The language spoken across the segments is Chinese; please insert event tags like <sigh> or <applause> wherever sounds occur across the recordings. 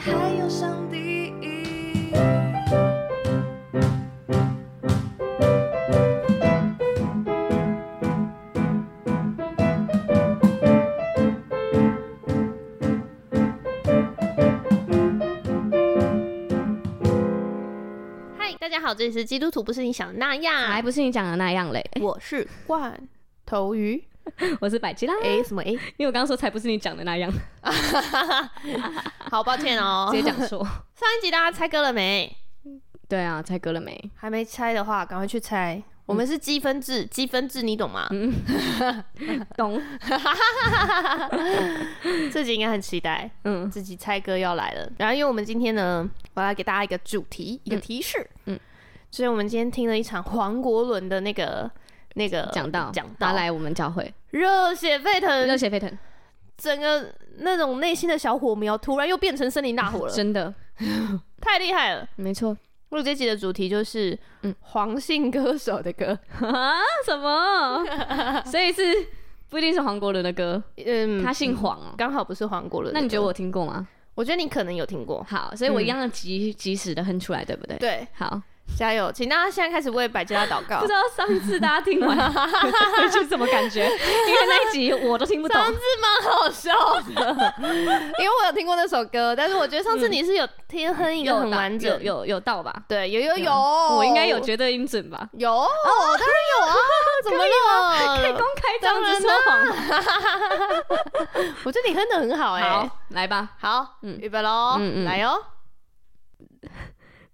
还有上帝。嗨，大家好，这里是基督徒不是你想的那还样，不是你讲的那样嘞。我是罐头鱼，我是百吉拉，嗯诶哎什么诶，因为我刚刚说才不是你讲的那样， <laughs> 好抱歉哦、直接讲错。 <laughs> 上一集大家猜歌了没？对啊，猜歌 <laughs> 了没？还没猜的话，赶快去猜。我们是积分制，积分制你懂吗？懂。自己应该很期待，嗯，自己猜歌要来了。然后，因为我们今天呢，我要给大家一个主题，一个提示。嗯嗯，所以我们今天听了一场黄国伦的那个那个讲到讲到他呃来我们教会，热血沸腾，热血沸腾，整个那种内心的小火苗突然又变成森林大 <laughs> 火了，真的太厉害了！<laughs> 没错。我这集的主题就是，嗯嗯，黄姓歌手的 <laughs> 歌，啊？什么？所以是不一定是黄国伦的歌，嗯，他姓黄哦。刚好不是黄国伦的歌。那你觉得我听过吗？我觉得你可能有听过，好，所以我一样要及及时的哼出来，对不对？。嗯对，好，加油！请大家现在开始为百吉拉祷告 <laughs> 不知。道上一次大家听 <laughs> 完 <laughs> 回去什么感觉？因为那一集我都听不懂。上次蛮好笑的， <laughs> 因为我有听过那首歌，但是我觉得上次你是有听哼一个有很到完有整，哦有有到吧？对，有有有，我应该有哦绝对音准吧？有，当然有啊，怎么可以了公？开这样子说谎？我觉得你哼的很好哎，好，<laughs> 来吧。好，嗯预备喽嗯，嗯来哦。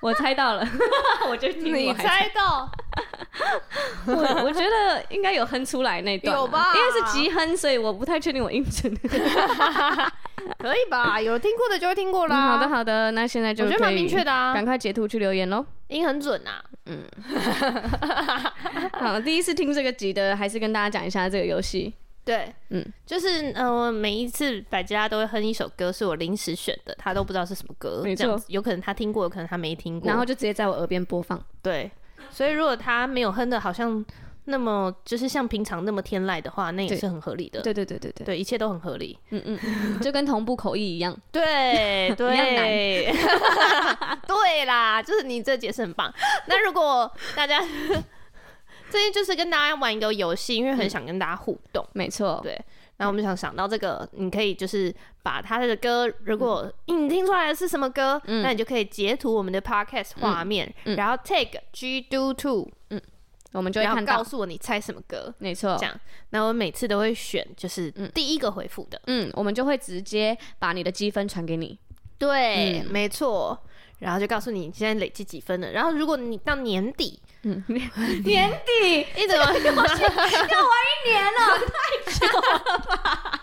我猜 <laughs> 到了，我就听你我还猜，猜到？ <laughs> 我我觉得应该有哼出来那段啊，有吧因为是急哼，所以我不太确定我音准。可以吧？有听过的就会听过嗯啦。好的，好的，那现在就我觉得可蛮以嗯明确的啊，赶快截图去留言喽。音很准啊。好，第一次听这个集的，还是跟大家讲一下这个游戏。 <laughs> 对，嗯嗯，就是呃，每一次百吉拉都会哼一首歌，是我临时选的，他都不知道是什么歌，没这样错子有可能他听过，有可能他没听过。然后就直接在我耳边播放。对，所以如果他没有哼的，好像那么就是像平常那么天籁的话，那也对是很合理的。对对对对对，对，一切都很合理。嗯嗯，就跟同步口译一样。对对， <laughs> 对啦，就是你这解释很棒。那如果大家 <laughs> 最近就是跟大家玩一个游戏，因为嗯很想跟大家互动。 <laughs> 没错，对那嗯我们想想到这个，你可以就是把他的歌，如果你听出来的是什么歌，嗯那你就可以截图我们的 podcast 画面，嗯然后 take G do two，我们就会然后看告到。诉我你猜什么歌。没错这，样，那我每次都会选就是嗯第一个回复的，嗯，我们就会直接把你的积分传给你。对，嗯没错。然后就告诉你现在累积几分了。然后如果你到 <laughs> 年底，嗯，年底一直玩要玩一年了，太久了吧？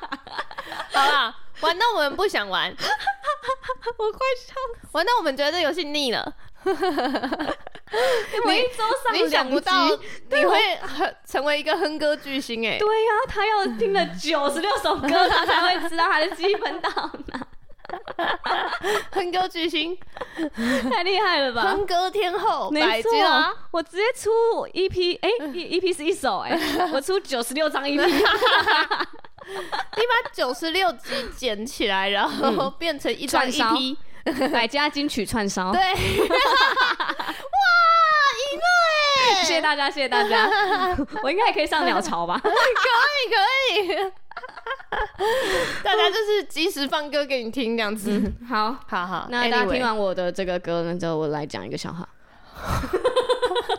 <laughs> 好啦，玩到我们不想玩， <laughs> 我快笑，玩到我们觉得这游戏腻了。 <laughs> 我一周上你想不到两集你会很成为一个哼歌巨星哎、对呀、他要听了九十六首歌，他才会知道他的积分到 <laughs> 哪，哼歌巨星，太厉害了吧？哼歌天后，百没错啊吉拉，，我直接出 EP，哎、一 EP 是一首、哎，我出九十六张 EP，你把九十六集捡起来，然后变成一张 E 串烧 EP， <laughs> 百家金曲串烧。对，哇， <laughs> 赢了哎、谢谢大家，谢谢大 <laughs> 家。我应该也可以上鸟巢吧？可以可以，哎 <laughs> 大家就是及时放歌给你听这样子，好，好好，那大家 anyway <laughs> 听完我的这个歌呢，之后我来讲一个笑话。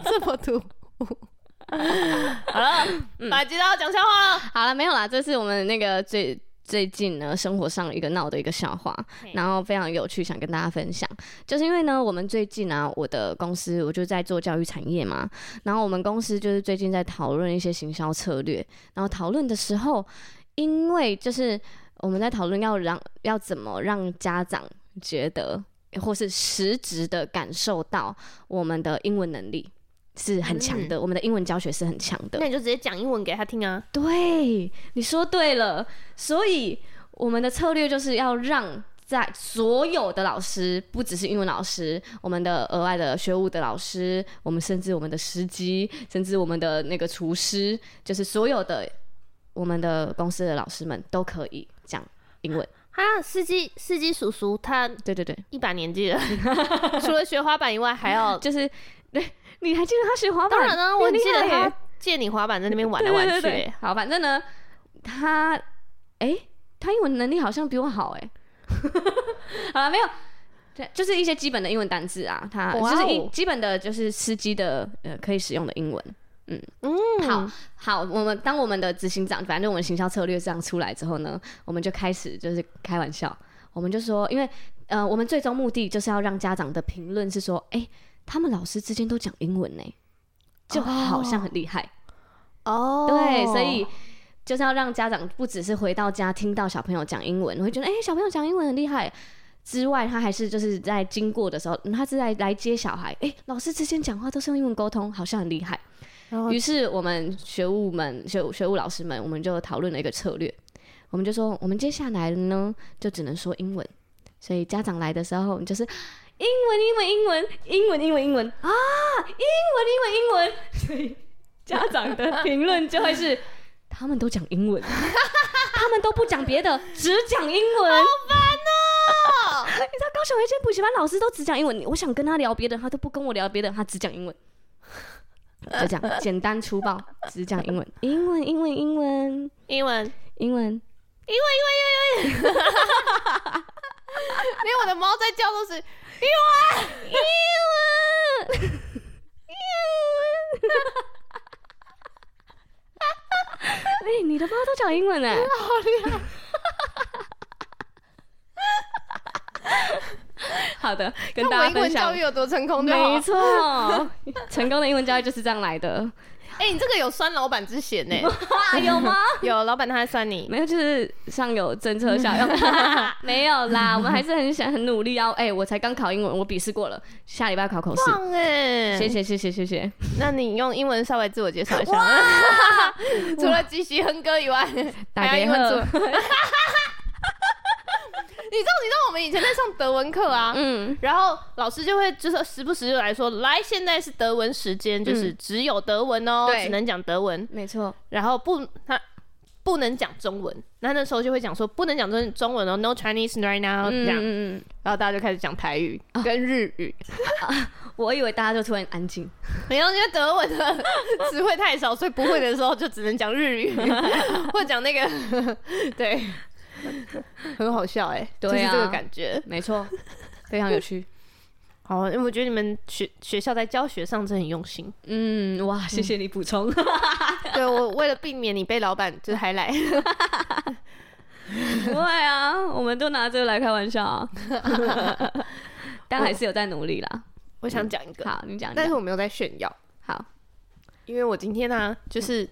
这么突兀，嗯好了，把吉拉讲笑话了，好了，没有啦，这是我们那个最。最近呢，生活上一个闹的一个笑话嘿，然后非常有趣，想跟大家分享。就是因为呢，我们最近啊，我的公司我就在做教育产业嘛，然后我们公司就是最近在讨论一些行销策略，然后讨论的时候，因为就是我们在讨论要让要怎么让家长觉得或是实质的感受到我们的英文能力是很强的，我们的英文教学是很强的那。你就直接讲英文给他听啊，对，你说对了。所以我们的策略就是要让在所有的老师，不只是英文老师，我们的额外的学务的老师，我们甚至我们的司机，甚至我们的那个厨师，就是所有的我们的公司的老师们都可以讲英文。啊，司机司机叔叔他对对对，一把年纪 <laughs> 了，除了学滑板以外，还 <laughs> 要就是 <laughs> 对，你还记得他学滑板？当然啊，你我很记厉得害耶他借你滑板在那边玩来玩去、对对对对好，反正呢，他哎、他英文能力好像比我好哎、好了，没有。对，就是一些基本的英文单字啊，他哇就是一哦基本的，就是司机的呃可以使用的英文。嗯，好，好，我们当我们的执行长，反正我们行销策略这样出来之后呢，我们就开始就是开玩笑，我们就说，因为呃，我们最终目的就是要让家长的评论是说，哎、他们老师之间都讲英文呢、就好像很厉害。哦对，所以就是要让家长不只是回到家听到小朋友讲英文，会觉得哎、诶小朋友讲英文很厉害。之外，他还是就是在经过的时候，嗯、他是来来接小孩，哎、老师之间讲话都是用英文沟通，好像很厉害。然后于是我们学务们、学学务老师们，我们就讨论了一个策略，我们就说，我们接下来呢，就只能说英文。所以家长来的时候，我们就是英文、英文、英文、英文、英文、英文啊，英文、英文、英文。所以家长的评论就会是， <laughs> 他们都讲英文， <laughs> 他们都不讲别的，只讲英文。哦， <laughs> 你知道高雄有一间补习班老师都只讲英文，我想跟他聊别的，他都不跟我聊别的，他只讲 <laughs> 英文，就这样简单粗暴，只讲英文，英文，英文，英文，英 <laughs> 文，英 <laughs> 文，连我的猫在叫都是 <laughs> 英文， <laughs> 英文。哎，你的猫都讲英文哎、好厉害！ <laughs> 好的，看跟我大家英文分享教育有多成功就好没。错， <laughs> 成功的英文教育就是这样来的。哎、你这个有酸老板之嫌呢、哇，有吗？ <laughs> 有老板他还酸你， <laughs> 没有，就是上有政策，下 <laughs> 有没有啦。我们还是很想很努力要。哎、我才刚考英文，我笔试过了，下礼拜考口试。 <laughs> 棒哎、谢。谢谢谢谢谢。那你用英文稍微自我介绍一下， <laughs> 除了即席哼歌以外，打还要给英文做。 <laughs> 贺你，知道，你知道我们以前在上德文课啊，嗯，然后老师就会就是时不时就来说，来，现在是德文时间，就是只有德文哦，对只能讲德文，没错，然后不他不能讲中文，那那时候就会讲说不能讲中中文哦，no Chinese right now 这嗯样，嗯然后大家就开始讲台语跟日语，嗯，我以为大家就突然安静。然后因为德文的词汇太少，所以不会的时候就只能讲日 <laughs> 语或讲那个，对，很好笑哎、对就是这个啊感觉。没 <laughs> 错，非常有趣。好，我觉得你们学学校在教学上真的很用 <laughs> 心。嗯，哇，谢谢你补 <laughs> 充。对我为了避免你被老板就是还来，不会啊，我们都拿这个来开玩笑 <laughs> 啊。但还是有在努力啦。我想讲一个，好，你讲。但你是讲我没有在炫耀，好，因为我今天呢、就是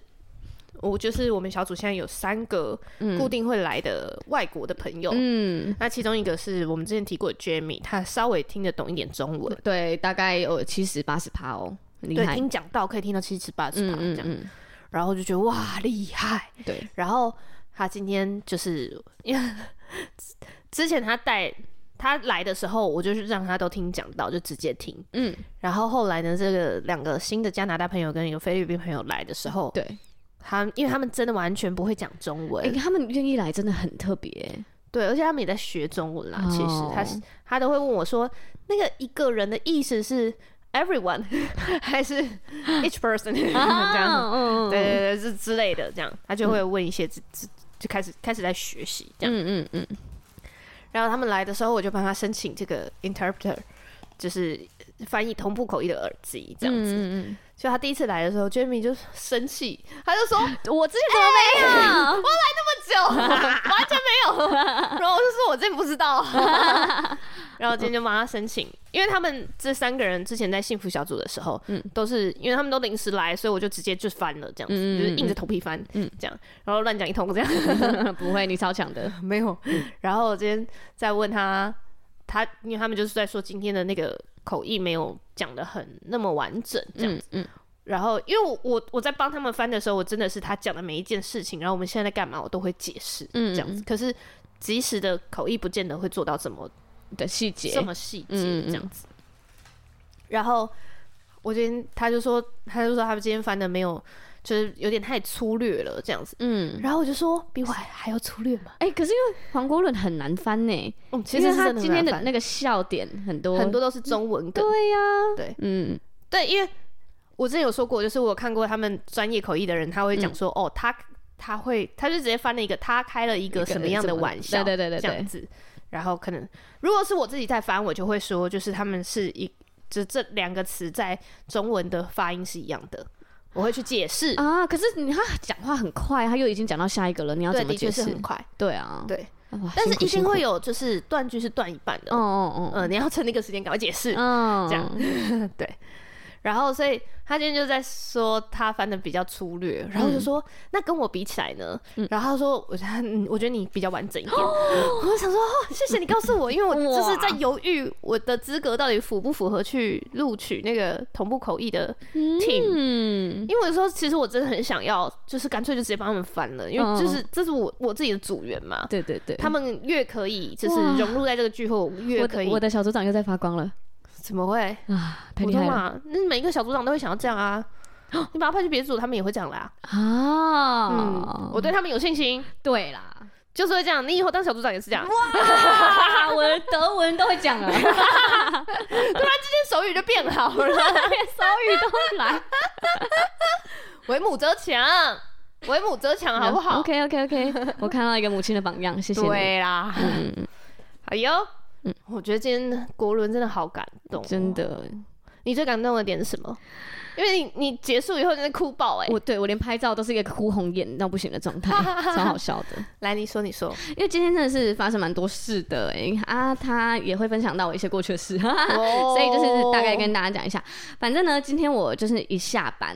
我就是我们小组现在有三个固定会来的外国的朋友，嗯，那其中一个是我们之前提过的 Jamie，他稍微听得懂一点中文，对，大概有七十八十趴哦，很厉对，害。听讲到可以听到七十八十趴这样，嗯，然后就觉得哇厉害，对，然后他今天就是因为之前他带。他来的时候，我就是让他都听讲到，就直接听。嗯，然后后来呢，这个两个新的加拿大朋友跟一个菲律宾朋友来的时候，对。他因为他们真的完全不会讲中文，哎、他们愿意来真的很特别、 <laughs> 对，而且他们也在学中文啦。其实哦他是他都会问我说，那个一个人的意思是 everyone <laughs> 还是 each person <laughs> <laughs> 这样子？嗯对对对，是之类的，这样他就会问一些，就就开始开始在学习这样。嗯嗯嗯，然后他们来的时候，我就帮他申请这个 interpreter，就是翻译同步口译的耳机这样子。嗯所以他第一次来的时候，Jamie 就生气，他就 <laughs> 说嗯，我之前怎么没有？啊久，完全没有。然后我就说我真不知 <laughs> 道，然后今天就帮他申请，因为他们这三个人之前在幸福小组的时候，嗯，都是因为他们都临时来，所以我就直接就翻了这样子，嗯嗯嗯就是硬着头皮翻，嗯，这样，然后乱讲一通这 <laughs> 样， <laughs> 不会，你超强的。没有。然后我今天再问他，他因为他们就是在说今天的那个口译没有讲的很那么完整 <laughs> 这样嗯嗯，然后，因为我我我在帮他们翻的时候，我真的是他讲的每一件事情，然后我们现在在干嘛，我都会解释，嗯这样子。可是即时的口译不见得会做到这么的细节，这么细节嗯嗯这样子。然后我今天他就说，他就说他们今天翻的没有，就是有点太粗略了这样子。嗯，然后我就说，比我还还要粗略吗？哎、可是因为黄国伦很难翻呢，嗯，其因实为是他真的今天很的麻烦那个笑点很多很多都是中文梗，对呀、对嗯，对，因为我之前有说过，就是我有看过他们专业口译的人，他会讲嗯说，哦，他他会，他就直接翻了一个他开了一个一个什么样的玩笑，对对对对这对样子。然后可能如果是我自己在翻，我就会说，就是他们是一，就这两个词在中文的发音是一样的，我会去解释。啊，可是你他讲话很快，他又已经讲到下一个了，你要对，怎么的解确是释？很快，对啊，对，哇，但是辛苦一定会辛有，就是断句是断一半的，苦，哦哦哦，嗯，你要趁那个时间赶快解释，嗯，这样 <laughs> 然后，所以他今天就在说他翻的比较粗略，然后我嗯就说、那跟我比起来呢？然后他说我觉得他嗯我觉得你比较完整一点。我就想说、哦、谢谢你告诉我，因为 <laughs> 我就是在犹豫我的资格到底符不符合去录取那个同步口译的 team，、嗯，因为我说其实我真的很想要，就是干脆就直接帮他们翻了，因为就是、这是我我自己的组员嘛。嗯对对对，他们越可以就是哇融入在这个剧后，越我可的以我的小组长又在发光了怎么会？啊，太普厉通害了嘛，那每一个小组长都会想要这样 <gasps> 啊。你把他派去别组，他们也会这样啦。嗯啊，！我对他们有信心，对啦，就是会这样。你以后当小组长也是这样，哇，啊，我的德文都会讲 <laughs> 了，手手语就变好了。 <laughs> 语都会来，为母则强，为母则强， <laughs> 好不好？ ？OK OK OK，我看到一个母亲的榜样，谢谢你，对啦，嗯，嗯 <laughs> 哎呦，我觉得今天国伦真的好感动，哦真。的，你最感动的点是什么？因为你你结束以后真的哭爆哎、我对我连拍照都是一个哭红眼到不行的状 <laughs> 态，超好笑的。来，你说你说，因为今天真的是发生蛮多事的哎、啊，他也会分享到我一些过去的事，哈哈 <laughs> 所所以就是大哦概跟大家讲一下。反正呢，今天我就是一下班，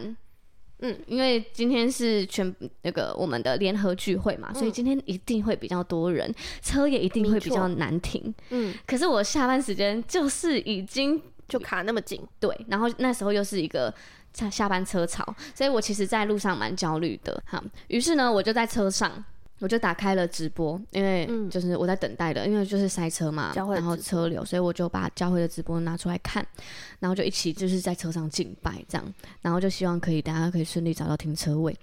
嗯，因为今天是全那个我们的联合聚会嘛，所以今天一定会比较多人，车也一定会比较难停。嗯，可是我下班时间就是已经就卡那么紧，对，然后那时候又是一个下下班车潮，所以我其实在路上蛮焦虑的。好，于是呢，我就在车上。我就打开了直播，因为嗯就是我在等待的，因为就是塞车嘛，教会的然后直车流，所以我就把教会的直播拿出来看，然后就一起就是在车上敬拜这样，然后就希望可以大家可以顺利找到停车位。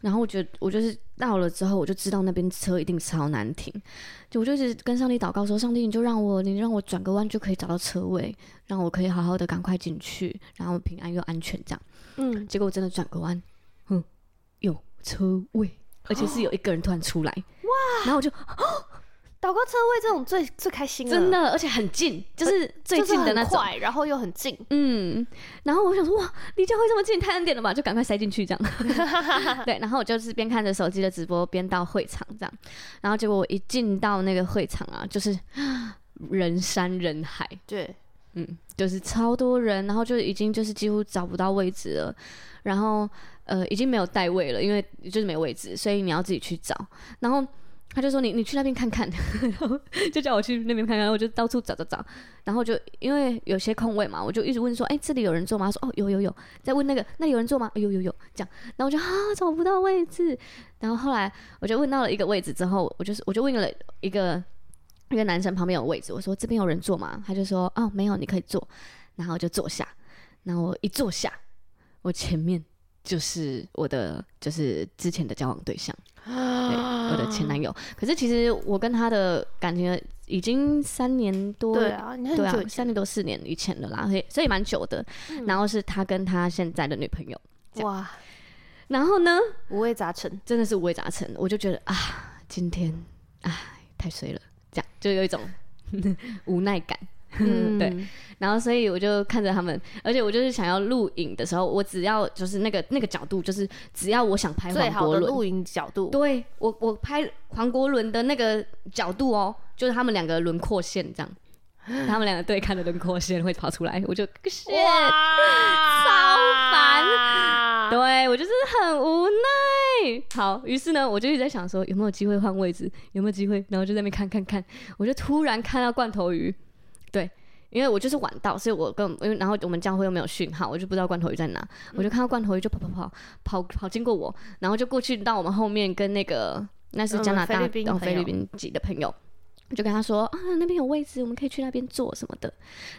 然后我觉得我就是到了之后，我就知道那边车一定超难停，就我就一直跟上帝祷告说：“上帝，你就让我，你让我转个弯就可以找到车位，让我可以好好的赶快进去，然后平安又安全这样。”嗯，结果我真的转个弯，嗯，有车位，而且是有一个人突然出来，哇！然后我就祷告车位这种最最开心了，真的，而且很近，就是嗯最呃就是近的很那种，快，然后又很近，嗯。然后我想说，哇，离教会这么近，太恩典了吧，就赶快塞进去这样。 <laughs> 对，然后我就是边看着手机的直播，边到会场这样。然后结果我一进到那个会场啊，就是人山人海，对，嗯，就是超多人，然后就已经就是几乎找不到位置了，然后呃已经没有带位了，因为就是没位置，所以你要自己去找。然后他就说你你去那边看看，然后就叫我去那边看看，我就到处找找找，然后就因为有些空位嘛，我就一直问说，哎、这里有人坐吗？他说哦有有有，再问那个那里有人坐吗？有有有，这样，然后我就啊找不到位置，然后后来我就问到了一个位置之后，我就是我就问了一个一个男生旁边有位置，我说这边有人坐吗？他就说哦没有，你可以坐，然后我就坐下，然后我一坐下，我前面就是我的就是之前的交往 <gasps> 对象，对我的前男友。可是其实我跟他的感情已经三年多，对啊，嗯你很对啊久以，前三年多四年以前的啦，所以所以蛮久的。然后是他跟他现在的女朋友，这哇，然后呢，五味杂陈，真的是五味杂陈，我就觉得啊，今天唉太衰了，这样就 <laughs> 有一种无奈感。嗯 <laughs> 嗯对，然后所以我就看着他们，而且我就是想要录影的时候，我只要就是那个那个角度，就是只要我想拍最黄好国的伦，录影角度，对我我拍黄国伦的那个角度哦，就是他们两个轮廓线这样，他们两个对看的轮廓线会跑出来，我就 shit，超烦，对我就是很无奈。好，于是呢，我就一直在想说有没有机会换位置，有没有机会，然后就在那边看看看，我就突然看到罐头鱼，对。因为我就是晚到，所以我跟因为然后我们教会又没有讯号，我就不知道罐头鱼在哪，我就看到罐头鱼就跑跑跑跑跑经过我，然后就过去到我们后面跟那个那是加拿嗯大菲律宾朋哦友菲律宾籍的朋友，我就跟他说啊那边有位置，我们可以去那边坐什么的。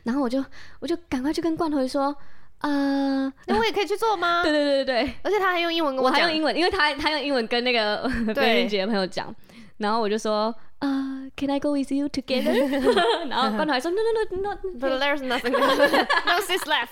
然后我就我就赶快去跟罐头鱼说，呃，那我也可以去做吗？对对对对对，而且他还用英文跟我还讲用，英文，因为他他用英文跟 <laughs> 那个 <laughs> 菲律宾籍的朋友讲，然后我就说啊、c a n I go with <laughs> you together？然后罐头还说 No No No No， But there's nothing no seats left 。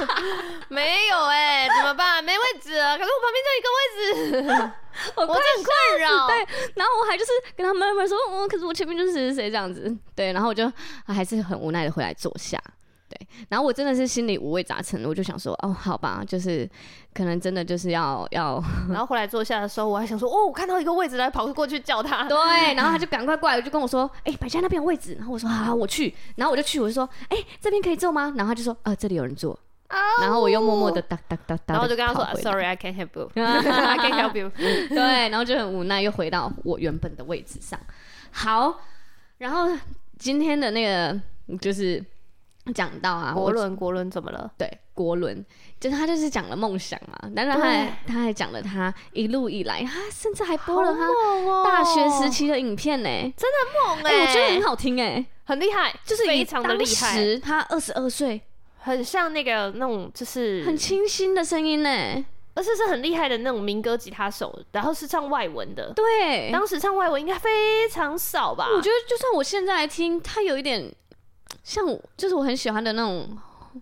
<laughs> 没有哎、怎么办？没位置啊！可是我旁边就一个位置， <laughs> 我我这很困扰。对，然后我还就是跟他妈妈说，哦，可是我前面就是谁谁谁这样子，对，然后我就啊还是很无奈的回来坐下，对，然后我真的是心里五味杂陈，我就想说，哦，好吧，就是可能真的就是要要然后回来坐下的时候，我还想说，哦，我看到一个位置，然后跑过去叫 <laughs> 他。对，然后他就赶快过来，就跟我说，哎、摆在那边有位置，然后我说嗯好好，我去，然后我就去，我就说，哎、这边可以坐吗？然后他就说，呃，这里有人坐，然后我又默默的哒哒哒哒，哦然后我就跟他说啊，Sorry, I can't help you, <laughs> I can't help you。 <laughs> 对，然后就很无奈，又回到我原本的位置上。好，然后今天的那个就是讲到啊，国我伦，国伦怎么了？对国伦，就是他就是讲了梦想嘛，但是他还他还讲了他一路以来，他甚至还播了哦他大学时期的影片呢、真好猛哎、哎，我觉得很好听哎、很厉害，就是非常的厉害，。他二十二岁，很像那个那种就是很清新的声音呢、而且是很厉害的那种民歌吉他手，然后是唱外文的。对，当时唱外文应该非常少吧？我觉得就算我现在来听，它有一点像我，就是我很喜欢的那种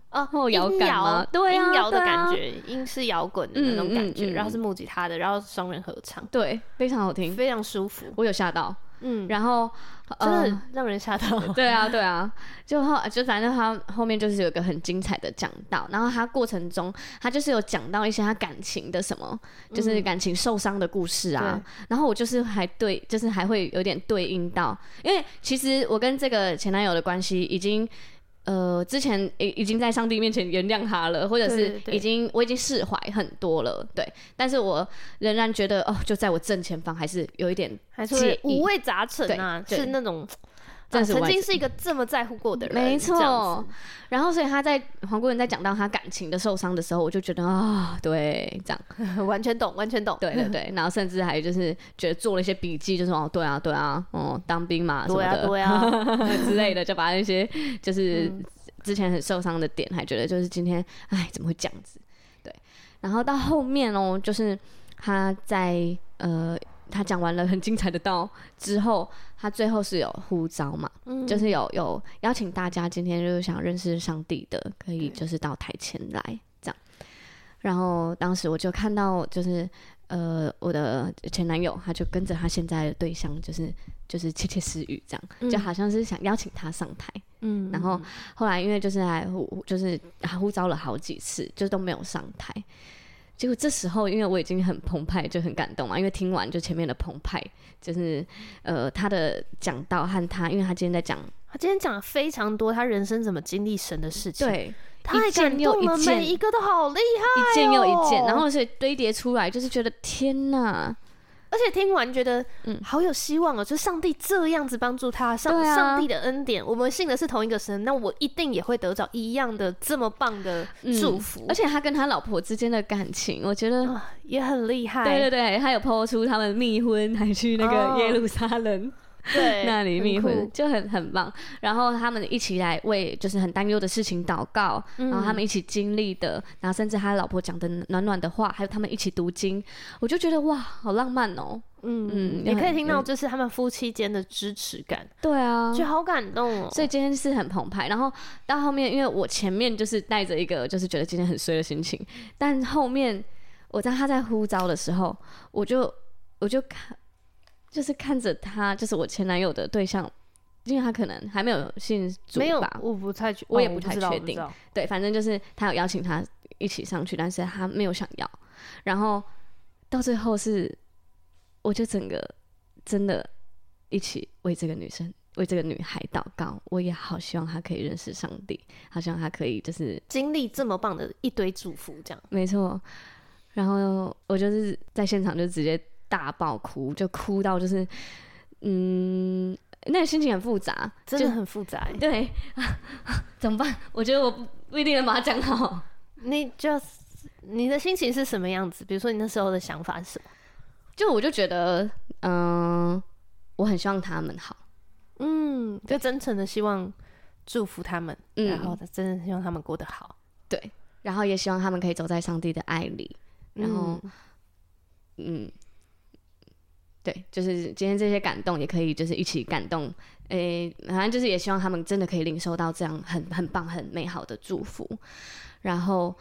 啊后摇感吗音摇对啊音摇的对啊感觉，音是摇滚的那种感嗯嗯觉，嗯然后是木吉他的，然后双人合唱，对，非常好听，非常舒服。我有吓到。嗯，然后真的呃，很让人吓到。对啊，对啊，就后就反正他后面就是有一个很精彩的讲到，然后他过程中他就是有讲到一些他感情的什么，就是嗯感情受伤的故事啊。然后我就是还对，就是还会有点对应到，因为其实我跟这个前男友的关系已经。呃，之前已已经在上帝面前原谅他了，或者对是对对已经我已经释怀很多了，对。但是我仍然觉得，哦，就在我正前方，还是有一点 <laughs> 还是介会意五。味杂陈啊，对对是那种。啊真的是五味曾杂经是一个这么在乎过的人，没错这样子然后，所以他在黄国伦在讲到他感情的受伤的时候，我就觉得啊、对，这样，完全懂，完全懂。嗯对对 <laughs> 对，然后甚至还就是觉得做了一些笔记，就是哦，对啊，对啊，哦，当兵嘛什么对啊嗯的，对 <laughs> 啊之类的，就把那些就是之前很受伤的点，还觉得就是今天，哎，怎么会这样子？对，然后到后面哦，就是他在呃，他讲完了很精彩的道之后，他最后是有呼召嘛，嗯就是有有邀请大家，今天就是想认识上帝的，可以就是到台前来这样。然后当时我就看到，就是呃，我的前男友他就跟着他现在的对象，就是就是窃窃私语这样，就好像是想邀请他上台。嗯然后后来因为就是还呼就是还呼召了好几次，就都没有上台。结果这时候，因为我已经很澎湃，就很感动嘛。因为听完就前面的澎湃，就是呃他的讲道和他，因为他今天在讲他今天讲了非常多，他人生怎么经历神的事情，，对太一件感又动一了，件每一个都好厉害。一件又一件，哎呦然后所以堆叠出来，就是觉得天哪，而且听完觉得，嗯好有希望哦！就上帝这样子帮助他，上、对啊上帝的恩典，我们信的是同一个神，那我一定也会得到一样的这么棒的嗯祝福，而且他跟他老婆之间的感情，我觉得。啊也很厉害。对对对，他有抛出他们密婚，还去那哦个耶路撒冷、对那里密很婚酷，就很很棒。然后他们一起来为就是很担忧的事情祷告，嗯然后他们一起经历的，然后甚至他老婆讲的暖暖的话，还有他们一起读经，我就觉得哇，好浪漫哦、嗯嗯嗯，也可以听到很就是他们夫妻间的支持感，对啊，觉得好感动哦。所以今天是很澎湃。然后到后面，因为我前面就是带着一个就是觉得今天很衰的心情，但后面我在他在呼召的时候，我就我就看，就是看着他，就是我前男友的对象，因为他可能还没有信主没有吧，，我不太确，我也哦不太知道确我不知定道对，反正就是他有邀请他一起上去，但是他没有想要。然后到最后是，我就整个真的一起为这个女生、为这个女孩祷告。我也好希望她可以认识上帝，好希望她可以就是经历这么棒的一堆祝福，这样没错。然后我就是在现场就直接大爆哭，就哭到就是嗯，那个心情很复杂，真就的很复杂欸。 <laughs> 对、 <laughs> 啊，怎么办？我觉得我不不一定能把它讲好。你就你的心情是什么样子？比如说你那时候的想法是什么？就我就觉得嗯、我很希望他们好。嗯，就真诚的希望祝福他们，嗯然后真的希望他们过得好。对，然后也希望他们可以走在上帝的爱里。然后嗯嗯，对，就是今天这些感动也可以就是一起感动，诶、反正就是也希望他们真的可以领受到这样很很棒、很美好的祝福。然后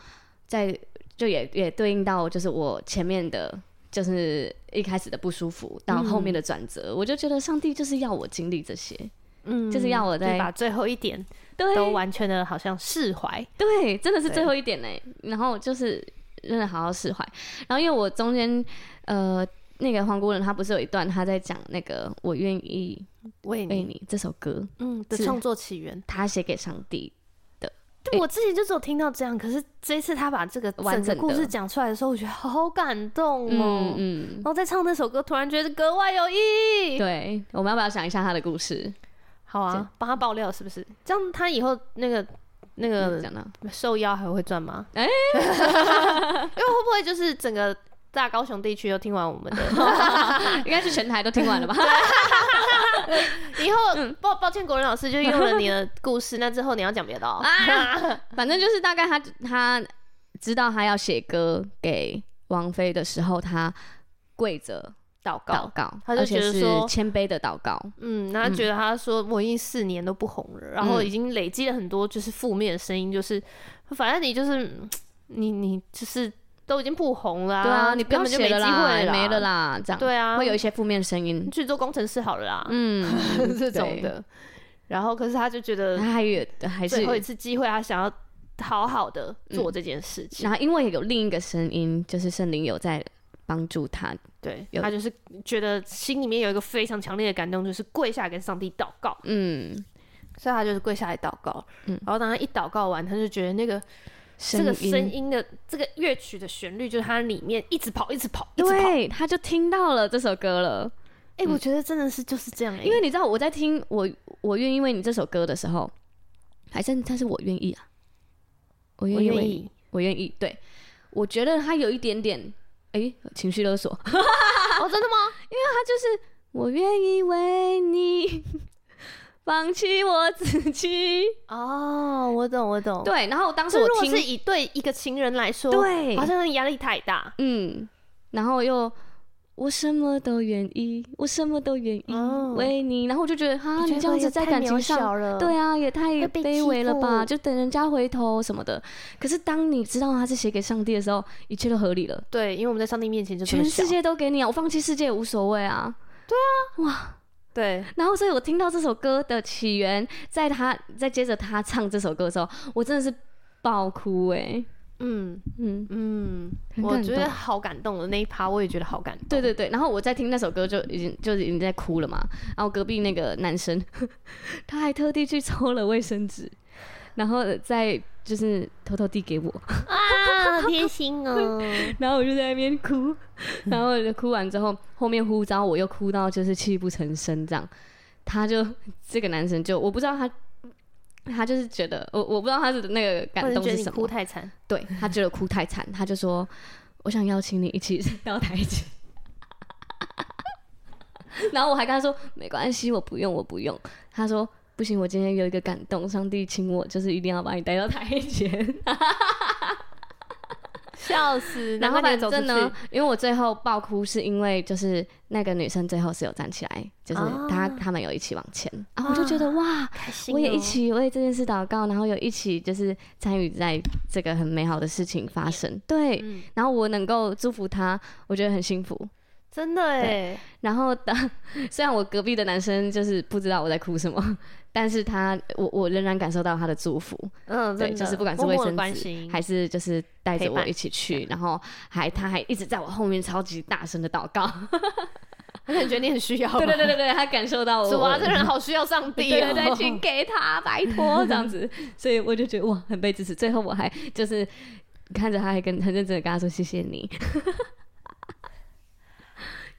在就也也对应到就是我前面的。就是一开始的不舒服，到后面的转折，我就觉得上帝就是要我经历这些，嗯就是要我在把最后一点对，都完全的好像释怀。对，真的是最对后一点呢。然后就是真的好好释怀。然后因为我中间呃，那个黄国伦他不是有一段他在讲那个我愿意为你，为你这首歌，嗯的是创作起源。他写给上帝。对，我之前就只有听到这样，可是这一次他把这个完整个整的故事讲出来的时候，我觉得好感动哦嗯。嗯然，后在唱那首歌，突然觉得格外有意义。对，我们要不要想一下他的故事？好啊，帮他爆料是不是？这样他以后那个那嗯个讲到受邀还会赚吗？ <laughs> 哎因为会不会就是整个大高雄地区都听完我们的？ <laughs> 啊应该是全台都听完了 <laughs> 吧？以嗯后抱抱歉，国仁老师就用了你的故事，那之后你要讲别的哦。啊，反正就是大概他他知道他要写歌给王菲的时候，他跪着祷祷告，告，他就而且觉得是说谦卑的祷告。嗯，那他觉得他说文艺四年都不红了，然嗯后已经累积了很多就是负面的声音，就是反正你就是嗯你你就是都已经不红了、对啊，你你不根要本就写没机了会啦啦，没了，啦，这样对啊，会有一些负面声 <laughs> 音你，去做工程师好了啦，嗯这种，对的。然后可是他就觉得他还有还是最，后一次机会，他想要好好的做这件事情，然后因为有另一个声音，就是圣灵有在帮助他，对有他就是觉得心里面有一个非常强烈的感动，就是跪下来跟上帝祷告。嗯，所以他就是跪下来祷告，嗯然后当他一祷告完，他就觉得那个这声个声音，音的这个乐曲的旋律，就是他里面一直跑，一直跑，一直跑。哎、对，他就听到了这首歌了，我觉得真的是就是这样、欸，因为你知道我在听我我愿意为你这首歌的时候，还是但是我愿意啊，我我愿意为愿你，意，我愿意，对我觉得他有一点点。诶，情绪勒索， <laughs> 哦，真的吗？我愿意为你 <laughs> 放弃我自己。哦，我懂，我懂。，对，然后当时是我如果听是，以对一个情人来说，，对好，像压力太大。嗯，然后又我什么都愿意，我什么都愿意哦为你。然后我就觉得，哈，我觉你得这样子在太感情渺上小，了，对啊，也太会被卑欺微了吧？负就等人家回头什么的。可是当你知道他是写给上帝的时候，一切都合理了。对，因为我们在上帝面前就这么全世小界都给你啊，我放弃世界也无所谓啊。对，然后，所以我听到这首歌的起源，在他在接着他唱这首歌的时候，我真的是爆哭哎、嗯嗯，嗯，很我感觉得动好感动的那一趴，我也觉得好感动。对对对。然后我在听那首歌就已经就已经在哭了嘛。然后隔壁那个男生， <laughs> 他还特地去抽了卫生纸，然后再就是偷偷递给我，啊，好贴心哦。然后我就在那边哭，然后我就哭完之后，后面呼召我又哭到就是泣不成声这样。他就这个男生就我不知道他。他就是觉得我，我不知道他的那个我 <laughs> 感是动觉得是你什么哭，太 <laughs> 惨，对他觉得哭太惨，他就说：“我想邀请你一起 <laughs> 到台前。”然后我还跟他说：“没关系，我不用，我不用。”他说：“不行，我今天有一个感动，上帝请我，就是一定要把你带到台前。笑死”然然后后反反正正呢呢，，因为我最后爆哭是因为就是那个女生最后是有站起来，就是啊她、他们有一起往前啊，我就觉得哦哇，我我也也一一起起为这件事祷告，然后有一起就是参与在这个很美好的事情发生。对，嗯然后我能够祝福他，我觉得很幸福。真的哎，然后当 <laughs> 虽然我隔壁的男生就是不知道我在哭什么， <laughs> 但是他我我仍然感受到他的祝福，嗯，对，真就的是不管是默卫默地生关纸心，还是就是带着陪我伴一起去，然后还他还一直在我后面超级大声的祷告，我 <laughs> 感觉你很需要吧， <laughs> 对对对对对，他感受 <laughs> 到我主啊，我这个人好需要上帝对哦，对对， <laughs> 请给他，拜 <laughs> 托这样子。所以我就觉得哇，很被支持。最后我还就是看着他，还跟很认真的跟他说谢谢你。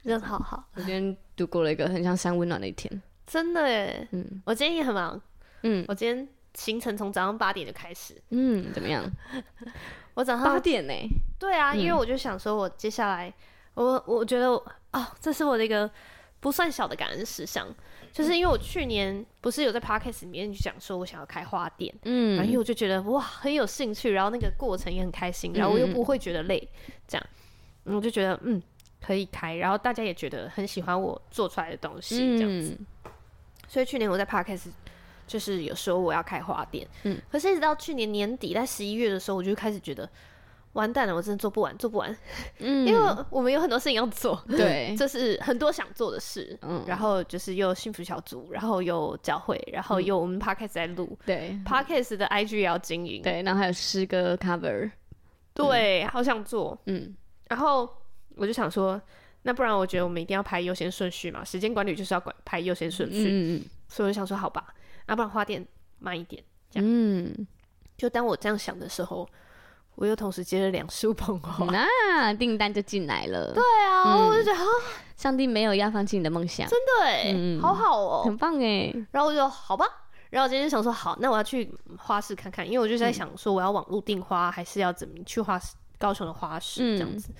人好好，我今天度过了一个很像山温暖的一天。真的哎，嗯我今天也很忙，嗯我今天行程从早上八点就开始，嗯，怎么样？我早上八点呢、对啊，因为我就想说，我接下来，我我觉得我哦，这是我的一个不算小的感恩事项，就是因为我去年不是有在 podcast 里面讲说我想要开花店，嗯然后因为我就觉得哇很有兴趣，然后那个过程也很开心，然后我嗯又不会觉得累，这样，嗯我就觉得嗯可以开，然后大家也觉得很喜欢我做出来的东西，这样子。嗯所以去年我在 podcast 就是有说我要开花店，嗯嗯，可是一直到去年年底，在十一月的时候，我就开始觉得完蛋了，我真的做不完，做不完，<laughs> 嗯，因为我们有很多事情要做， <laughs> <laughs> 对，就是很多想做的事，嗯，然后就是又幸福小组，然后又教会，然后嗯又我们 podcast 在录。对 Podcast 的 IG 也要经营，嗯对，然后还有诗歌 cover，对，好想做。嗯然后我就想说，那不然我觉得我们一定要排优先顺序嘛，时间管理就是要管排优先顺序。嗯所以我就想说，好吧，要不然花店慢一点。这嗯，就当我这样想的时候，我又同时接了两束捧花。嗯那订单就进来了，对啊，嗯我就觉得啊，上帝没有要放弃你的梦想，真的哎、嗯好好哦、很棒哎，然后我就好吧，然后我今天就想说，好，那我要去花市看看，因为我就嗯在想说，我要网络订花，还是要怎么去花市高雄的花市嗯这样子。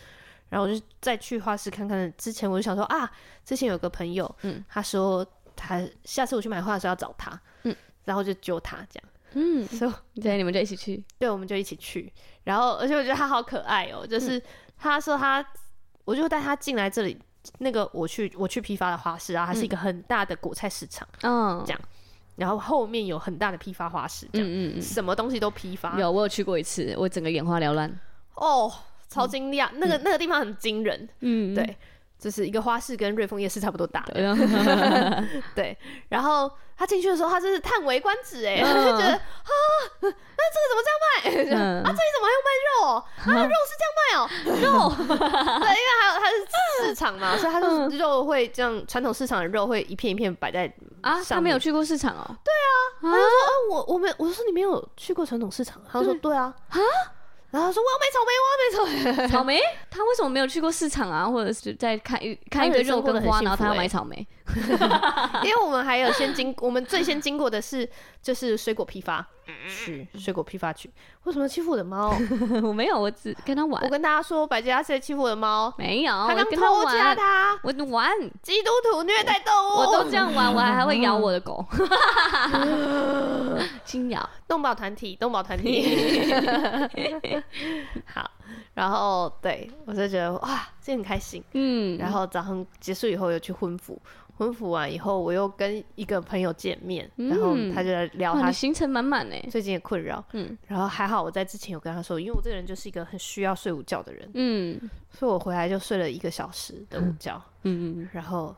然后我就再去花市看看之前，我就想说啊，之前有个朋友，嗯他说他下次我去买花的时候要找他，嗯然后就揪他这样，嗯， <laughs> 所以对，你们就一起去，对，我们就一起去。然后，而且我觉得他好可爱哦、嗯就是他说他，我就带他进来这里。那个我去我去批发的花市啊，它是一个很大的果菜市场，嗯，这样然后后面有很大的批发花市，这样、嗯嗯什么东西都批发。嗯，有我有去过一次，我整个眼花缭乱，哦，超惊讶，那个那个地方很惊人，嗯，对，就是一个花市跟瑞丰夜市差不多大， <laughs> 对，然后对。然后他进去的时候，他真是叹为观止嗯哎，他就 <laughs> 觉得啊，那这个怎么这样卖？ <laughs> 啊嗯这里怎么还有卖肉？啊，肉是这样卖哦、 <laughs> 肉。对，因为还有它是市场嘛，所以它嗯就是肉会这样，传统市场的肉会一片一片摆在。 <laughs> 啊，他上没有面去过市场哦，啊，我我没，我说你没有去过传统市场，他说对啊，啊，然后他说我要买草莓，我要买 <laughs> 草莓。草莓，他为什么没有去过市场啊？或者是在看一看一堆肉跟花，然后他要买草莓？ <laughs> 因为我们还有先经，我们最先经过的是就是水果批发嗯区，水果批发区。为什么欺负我的猫？我没 <laughs> 有，我只跟他玩我，跟大家说，百吉拉是在欺负我的 <laughs> 猫，没有，他哦我刚跟他哦偷家玩，它，我玩，基督徒虐待动物，我 <laughs> 都这样玩，我还还会咬我的 <laughs> 狗，轻咬，动保团体，动保团 <laughs> 体。 <laughs> 好，然后对我就觉得哇，这很开心。嗯，然后早上结束以后又去婚服，婚服完以后我又跟一个朋友见面，然后嗯他就在聊哇，他你行程满满哎，最近的困扰。嗯然后还好我在之前有跟他说，因为我这个人就是一个很需要睡午觉的人，嗯所以我回来就睡了一个小时的午觉，嗯然后。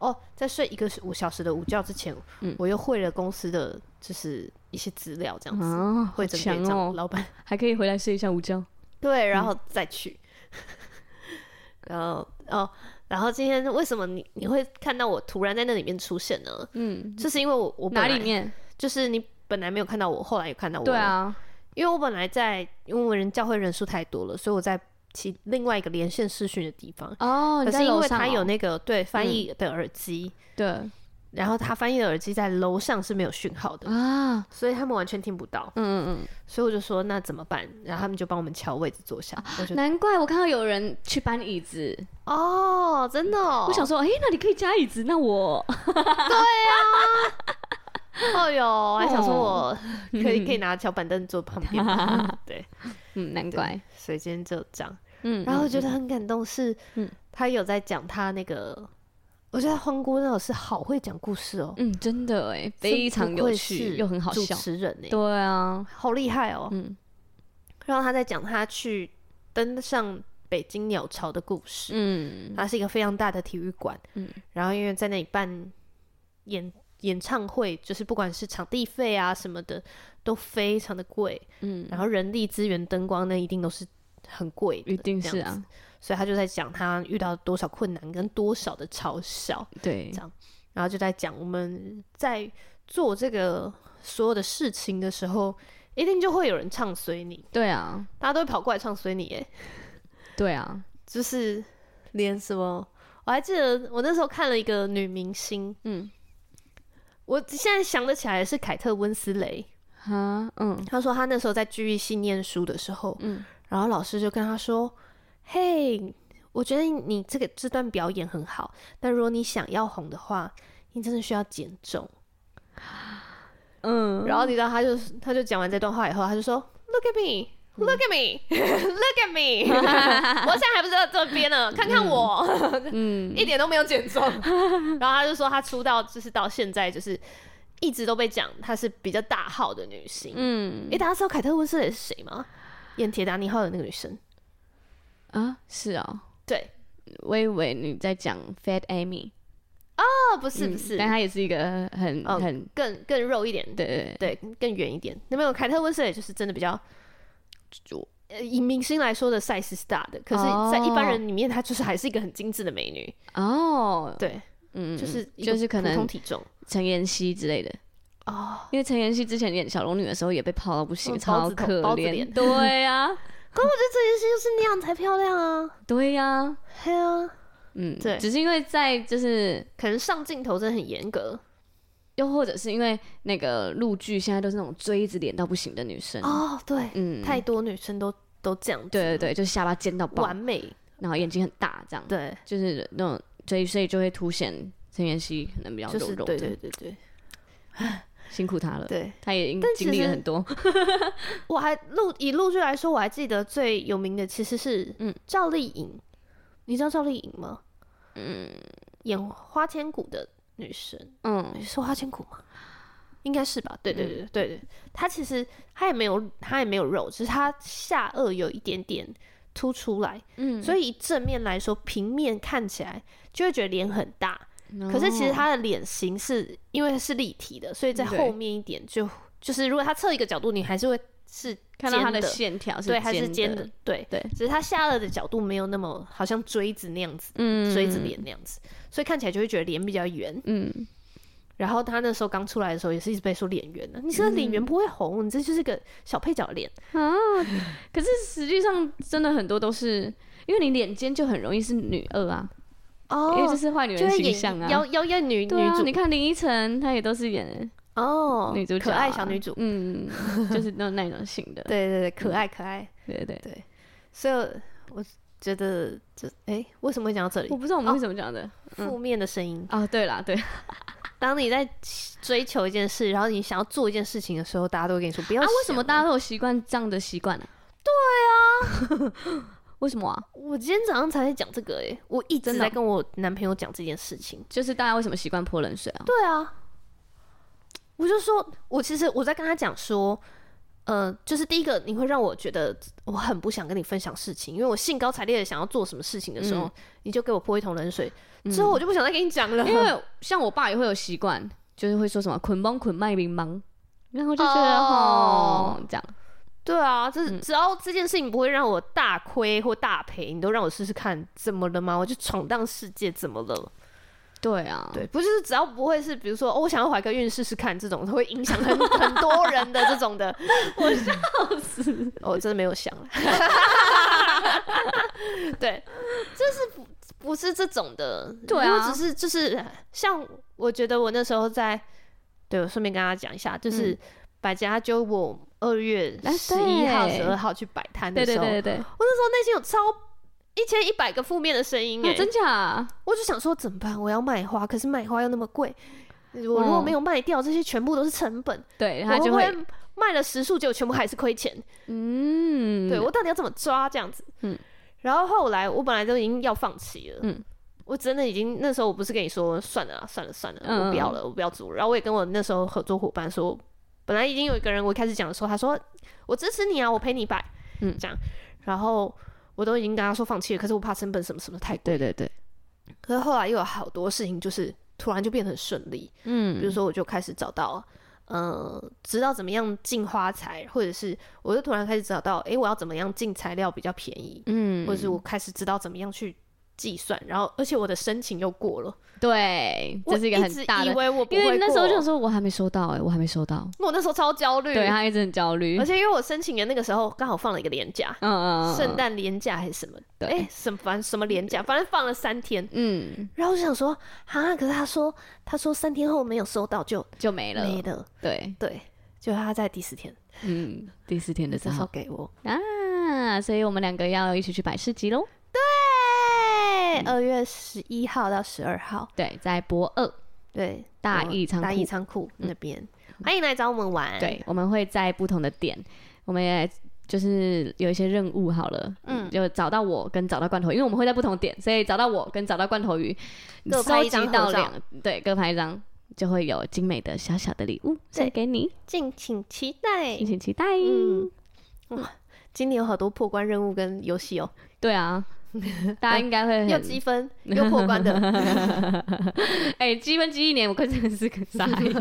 哦，在睡一个五小时的午觉之前，嗯我又汇了公司的就是一些资料，这样嗯，子、啊，好汇整给强张哦，老板。还可以回来睡一下午觉，对，然嗯后再去。 <laughs> 然后哦，然后今天为什么你你会看到我突然在那里面出现呢？嗯，就是因为我我本哪来里面？就是你本来没有看到我，后来有看到我。对，啊，因为我本来在因为我人教会人数太多了，所以我在其另外一个连线视讯的地方。可哦，你是在因楼为上他有哦那个对翻译的耳机，对然后他翻译的耳机在楼上是没有讯号的，啊，所以他们完全听不到。嗯嗯所以我就说那怎么办？然后他们就帮我们调位置坐下。我就嗯，难怪我看到有人去搬椅子，哦，真的、哦，我想说，哎、那你可以加椅子，<laughs> 那我哦 <laughs> 哟，还想说我嗯可以 <laughs> 可以拿小板凳坐旁边吗，对，嗯，难怪，所以今天就这样。嗯，然后我就觉得很感动是，嗯他有在讲他那个，我觉得荒姑那老师好会讲故事哦，嗯，真的哎，非常有趣又很好主笑，持人呢，对啊，好厉害哦。嗯然后他在讲他去登上北京鸟巢的故事，嗯它是一个非常大的体育馆，嗯嗯，然后因为在那里办演演唱会，就是不管是场地费啊什么的，都非常的贵，嗯，然后人力资源、灯光那一定都是很贵的，一定是这样子啊，所以他就在讲他遇到多少困难跟多少的嘲笑，对这，样然后就在讲我们在做这个所有的事情的时候，一定就会有人唱随你，对啊，大家都会跑过来唱随你，哎，对啊，就是连什么，我还记得我那时候看了一个女明星，嗯我现在想得起来是凯特温斯雷。啊，嗯她说她那时候在 GEC 念书的时候，嗯然后老师就跟她说：“嘿，我觉得你这个这段表演很好，但如果你想要红的话，你真的需要减重。嗯，然后你知道，他就他就讲完这段话以后，他就说：“Look at me, 嗯 look at me, <laughs> look at me。”我 <laughs> 现在还不是在这边呢，看看我，<laughs> 嗯，一点都没有减 <laughs> 重。然后他就说，他出道就是到现在，就是一直都被讲她是比较大号的女星。嗯，嗯诶，大家知道凯特温斯莱是谁吗？演《铁达尼号》的那个女生。啊，是哦，对，我以为你在讲 Fat Amy，哦，不是不嗯是，但她也是一个很哦很更更肉一点，对对对，更圆一点。那没有凯特温斯莱就是真的比较。呃，以明星来说的 size 是大的，可是，在一般哦人里面，她就是还是一个很精致的美女。对哦，对，嗯，就是嗯一个就是可普通能体重陈妍希之类的，哦。因为陈妍希之前演小龙女的时候也被泡到不行，嗯包超子头可包子怜脸。对 <laughs> 啊呀、可我觉得这件事就是那样才漂亮啊，对呀、对啊，嗯，对只是因为在就是，可能上镜头真的很严格又或者是因为那个陆剧现在都是那种锥子脸到不行的女生，哦。对，嗯，太多女生都都这样子，对对对，嗯就是下巴尖到爆完，美，然后眼睛很大这样，对，就是那种，所以所以就会凸显陈妍希可能比较就柔是柔对的，嗯对对对辛苦她了，对。她也应但其经历了实很多，我还录以录剧来说，我还记得最有名的其实是嗯赵丽颖，你知道赵丽颖吗？嗯，演花千骨的女生，嗯是花千骨吗？应该是吧，对对对对对对，她其实她也没有她也没有肉，只是她下颚有一点点凸出来，嗯，所以以正面来说，平面看起来就会觉得脸很大，然可是其实后她的脸型是因为是立体的，所以在哦嗯对后面一点就就是如果她侧一个角度，你还是会是看到她尖的的线哦条是对，还是尖的的，，对对只是她下颚的角度没有那么好像锥子那样子，嗯锥子，脸那样子，所以看起来就会觉得脸比较圆。嗯，然后他那时候刚出来的时候，也是一直被说脸圆的。你这个脸嗯圆不会红，你这就是个小配角脸。 <laughs> 啊，可是实际上真的很多都是因为你脸尖就很容易是女二啊，哦因为这是坏女就人会形象演啊妖。妖艳女、对啊，女你主看林依晨，她也都是演哦，女主角、可爱小女主，嗯，就是那那种型的，对对对，可爱可爱。对对对。所以我觉得这哎、为什么会讲到这我里？嗯不知道我们是怎么讲的负面的声音。啊，对啦，对，啊，当你在追求一件事，然后你想要做一件事情的时候，大家都会跟你说不要想。啊为什么大家都有习惯这样的习惯呢？对 <laughs> 啊，为什么啊？我今天早上才在讲这个、哎，我一真直的哦在跟我男朋友讲这件事情。就是大家为什么习惯泼冷水啊？对啊，我就说，我其实我在跟他讲说，呃，就是第一个，你会让我觉得我很不想跟你分享事情，因为我兴高采烈的想要做什么事情的时候，嗯你就给我泼一桶冷水，之后我就不想再跟你讲了。因为像我爸也会有习惯，就是会说什么“捆绑捆卖民盲”，然后就觉得哦哦，这样对啊，这只要这件事情不会让我大亏或大赔，你都让我试试看，怎么了吗？我就闯荡世界，怎么了？对啊，对，不是只要不会是，比如说、哦、我想要怀个孕试试看这种，会影响 <laughs> 很很多人的这种的，我笑死，我真的没有 <laughs> 想了，对，就是不不是这种的，对啊我只是就是像我觉得我那时候在，对我顺便跟大家讲一下，就是百家就我二月嗯哎十一号、对十二号去摆摊的对时对候，对对对，我那时候内心有超。一千一百个负面的声音、 <laughs> 哎、哦，真假啊？我就想说怎么办？我要卖花，可是卖花又那么贵，我如果嗯没有卖掉，这些全部都是成本，对，我他会就不会会卖了十束，结果全部还是亏钱。嗯，对我到底要怎么抓这样子？嗯然后后来我本来都已经要放弃了，嗯我真的已经那时候我不是跟你说算了啦，啊算了算了，嗯我不要了，我不要租了。然后我也跟我那时候合作伙伴说，本来已经有一个人，我一开始讲的时候，他说我支持你啊，我陪你摆，嗯这样，然后我都已经跟他说放弃了，可是我怕成本什么什么太贵。对对对，可是后来又有好多事情，就是突然就变得很顺利。比如嗯，说，我就开始找到，呃，知道怎么样进花材，或者是我就突然开始找到，诶，我要怎么样进材料比较便宜，嗯或者是我开始知道怎么样去计算，然后而且我的申请又过了，对，这是一个我很大直以的，为我不因为会那时候就过说我还没收到，哎，我还没收到，我那时候超焦虑，对他一直很焦虑，嗯而且且因为我申请的那个时候刚好放了一个年假，嗯嗯，嗯哎圣，诞哎年假还是什么，对诶，什么反正什么年假，反正放了三天。嗯，然后我就想说，啊，可是他说，他说三天后没有收到就就没了，没了，对，对，就他在第四天嗯，第四天的时这时候候给我，啊，所以我们两个要一起去百事集喽，对在二月十一号到十二号，对，在博二对，大我义仓大库嗯义仓库那边，欢迎来找我们玩。对，，我们会在不同的点，我们也就是有一些任务好了，嗯，就找到我跟找到罐头鱼，因为我们会在不同点，所以找到我跟找到罐头鱼，各拍收一张集合到照两对各拍一张，就会有精美的小小的礼物送对给你，敬请期待敬。请期待。嗯，哇，今年有好多破关任务跟游戏哦，<laughs> 对啊，大家应该会又很积分又破关的， <laughs> 哎，积分积一年，我快真的是个傻 <laughs> 眼，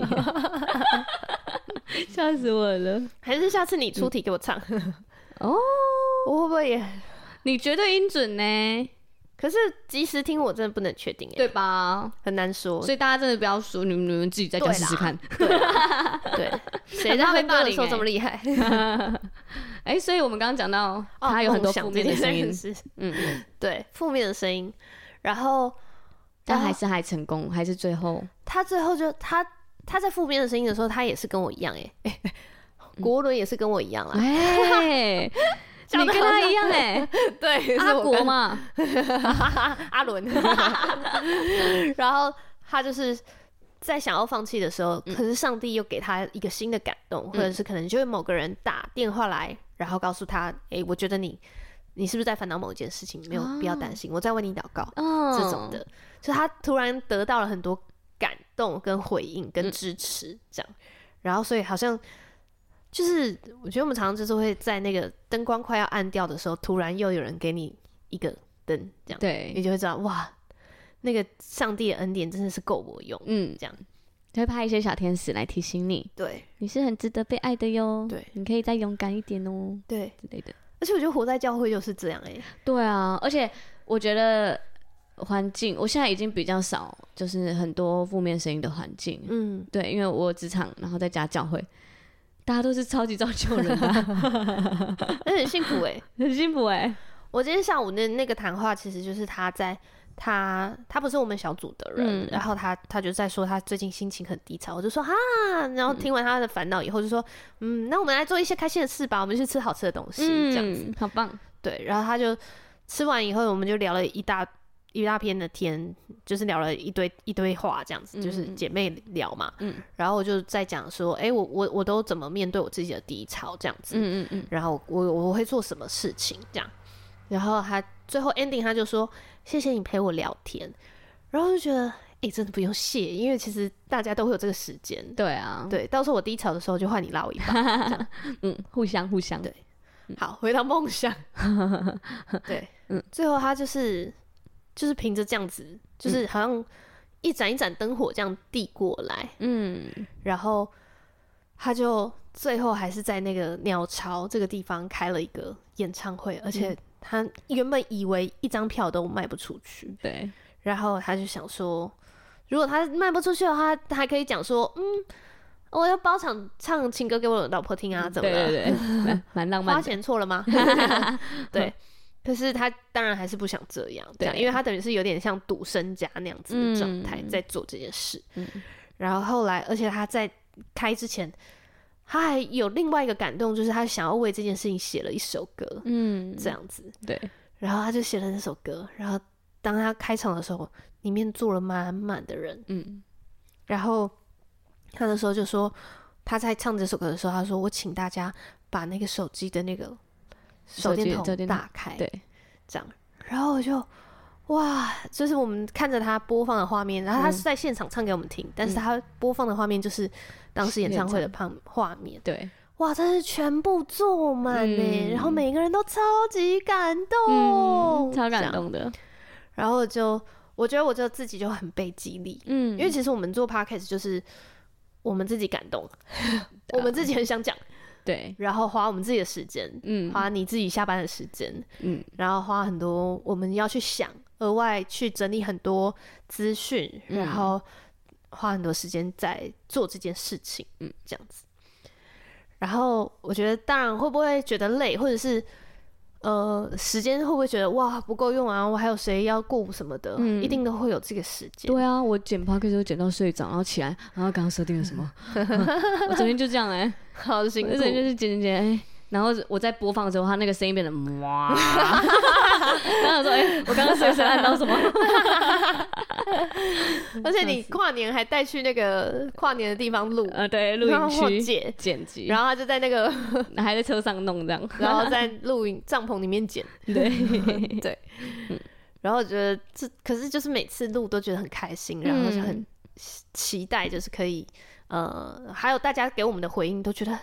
笑死我了。还是下次你出题给我唱，哦， <laughs> 我会不会也？你绝对音准呢，可是及时听我真的不能确定，哎，对吧？很难说。所以大家真的不要输，你们你们自己在家对试试啦看。对， <laughs> 谁很在怕被哼霸歌的凌时候欸这么厉害？哎、所以我们刚刚讲到，哦它有很梦多想负这面的件声音，事嗯，嗯对，负面的声音。然后但还是还成功，还是最后，他最后就他他在负面的声音的时候，他也是跟我一样 <laughs> 哎、欸，国伦也是跟我一样啊啦，哎、 <laughs> 讲你得跟好他像一样 <laughs> 哎、 <laughs> 对，阿是我国跟嘛， <laughs> 阿伦， <laughs> 然后他就是在想要放弃的时候，可是上帝又给他一个新的感动，或者是可能就是某个人打电话来，然后告诉他，哎、我觉得你你是不是在烦恼某一件事情，没有必要担心，我在为你祷告。这嗯，种的，就他突然得到了很多感动、跟回应、嗯跟支持，这样，然后所以好像就是我觉得我们常常就是会在那个灯光快要暗掉的时候，突然又有人给你一个灯，这样，你对，就会知道哇，那个上帝的恩典真的是够我用，嗯，这样，就会派一些小天使来提醒你，对你是很值得被爱的哟，对，你可以再勇敢一点哦对，之类的。而且我觉得活在教会就是这样哎、对啊，而且我觉得环境，我现在已经比较少，就是很多负面声音的环境， <laughs> 嗯，对，因为我有职场，然后再加教会，大家都是超级造就人的啊、 <laughs> 那很幸福哎、很幸福哎、我今天下午那那个谈话，其实就是他在他他不是我们小组的人，嗯然后他他就在说他最近心情很低潮，我就说哈，然后听完他的烦恼以后，就说嗯，那我们来做一些开心的事吧，我们去吃好吃的东西，这样子嗯，好棒，对，然后他就吃完以后，我们就聊了一大一大片的天，就是聊了一堆一堆话，这样子，就是姐妹聊嘛，嗯然后我就在讲说，哎、我我我都怎么面对我自己的低潮这样子，嗯嗯嗯，然后我我会做什么事情这样，然后他最后 ending 他就说谢谢你陪我聊天，然后就觉得诶，真的不用谢，因为其实大家都会有这个时间，对啊，对，到时候我低潮的时候就换你拉我一把。嗯，互相互相，对好，回到梦想，对，最后他就是就是凭着这样子，就是好像一盏一盏灯火这样递过来，嗯，然后他就最后还是在那个鸟巢这个地方开了一个演唱会，而且他原本以为一张票都卖不出去，对，然后他就想说，如果他卖不出去的话，他还可以讲说，嗯，我要包场唱情歌给我老婆听啊，怎么对了？对 <laughs> 对，蛮蛮浪花漫的，钱错了 <laughs> 吗？对。可是他当然还是不想这样，这样，对因为他等于是有点像赌身家那样子的状态嗯在做这件事。嗯然后后来，而且他在开之前，他还有另外一个感动，就是他想要为这件事情写了一首歌，嗯，这样子。对，然后他就写了那首歌，然后当他开场的时候，里面坐了满满的人，嗯，然后他那时候就说，他在唱这首歌的时候，他说：“我请大家把那个手机的那个手手机电手电筒筒打开，对，这样。”然后我就哇，就是我们看着他播放的画面，然后嗯他是在现场唱给我们听，但是他播放的画面就是当时演唱会的旁画面，对，哇，真是全部坐满呢、嗯然后每个人都超级感动，嗯，超哦这感样。动的，然后就我觉得我就自己就很被激励，嗯，因为其实我们做 podcast 就是我们自己感 <laughs> 动，我们自己很想讲，对，然后花我们自己的时间，嗯花你自己下班的时间，嗯，然后花很多我们要去想，额外去整理很多资讯，嗯然后花很多时间在做这件事情，嗯，这样子。然后我觉得，当然会不会觉得累，或者是呃，时间会不会觉得哇不够用啊？我还有谁要顾什么的？嗯一定都会有这个时间。对啊，我剪 p o d c a s 剪到睡着，然后起来，然后刚刚设定了什么， <laughs> 我昨天就这样哎、好辛我苦，之前就是剪剪 <laughs> 剪，哎然后我在播放的时候，它那个声音变得哇，然后我说哎、我刚刚随手按到什么？而且你跨年还带去那个跨年的地方录， <laughs> 呃，对，录然后音区剪，剪辑，然后他就在那 <laughs> 个，，后还在车上弄这样然后在露营帐篷里面剪， <laughs> 对，对。然后我觉得这，可是就是每次录都觉得很开心，然后就很嗯期待，就是可以，呃，还有大家给我们的回应，都觉得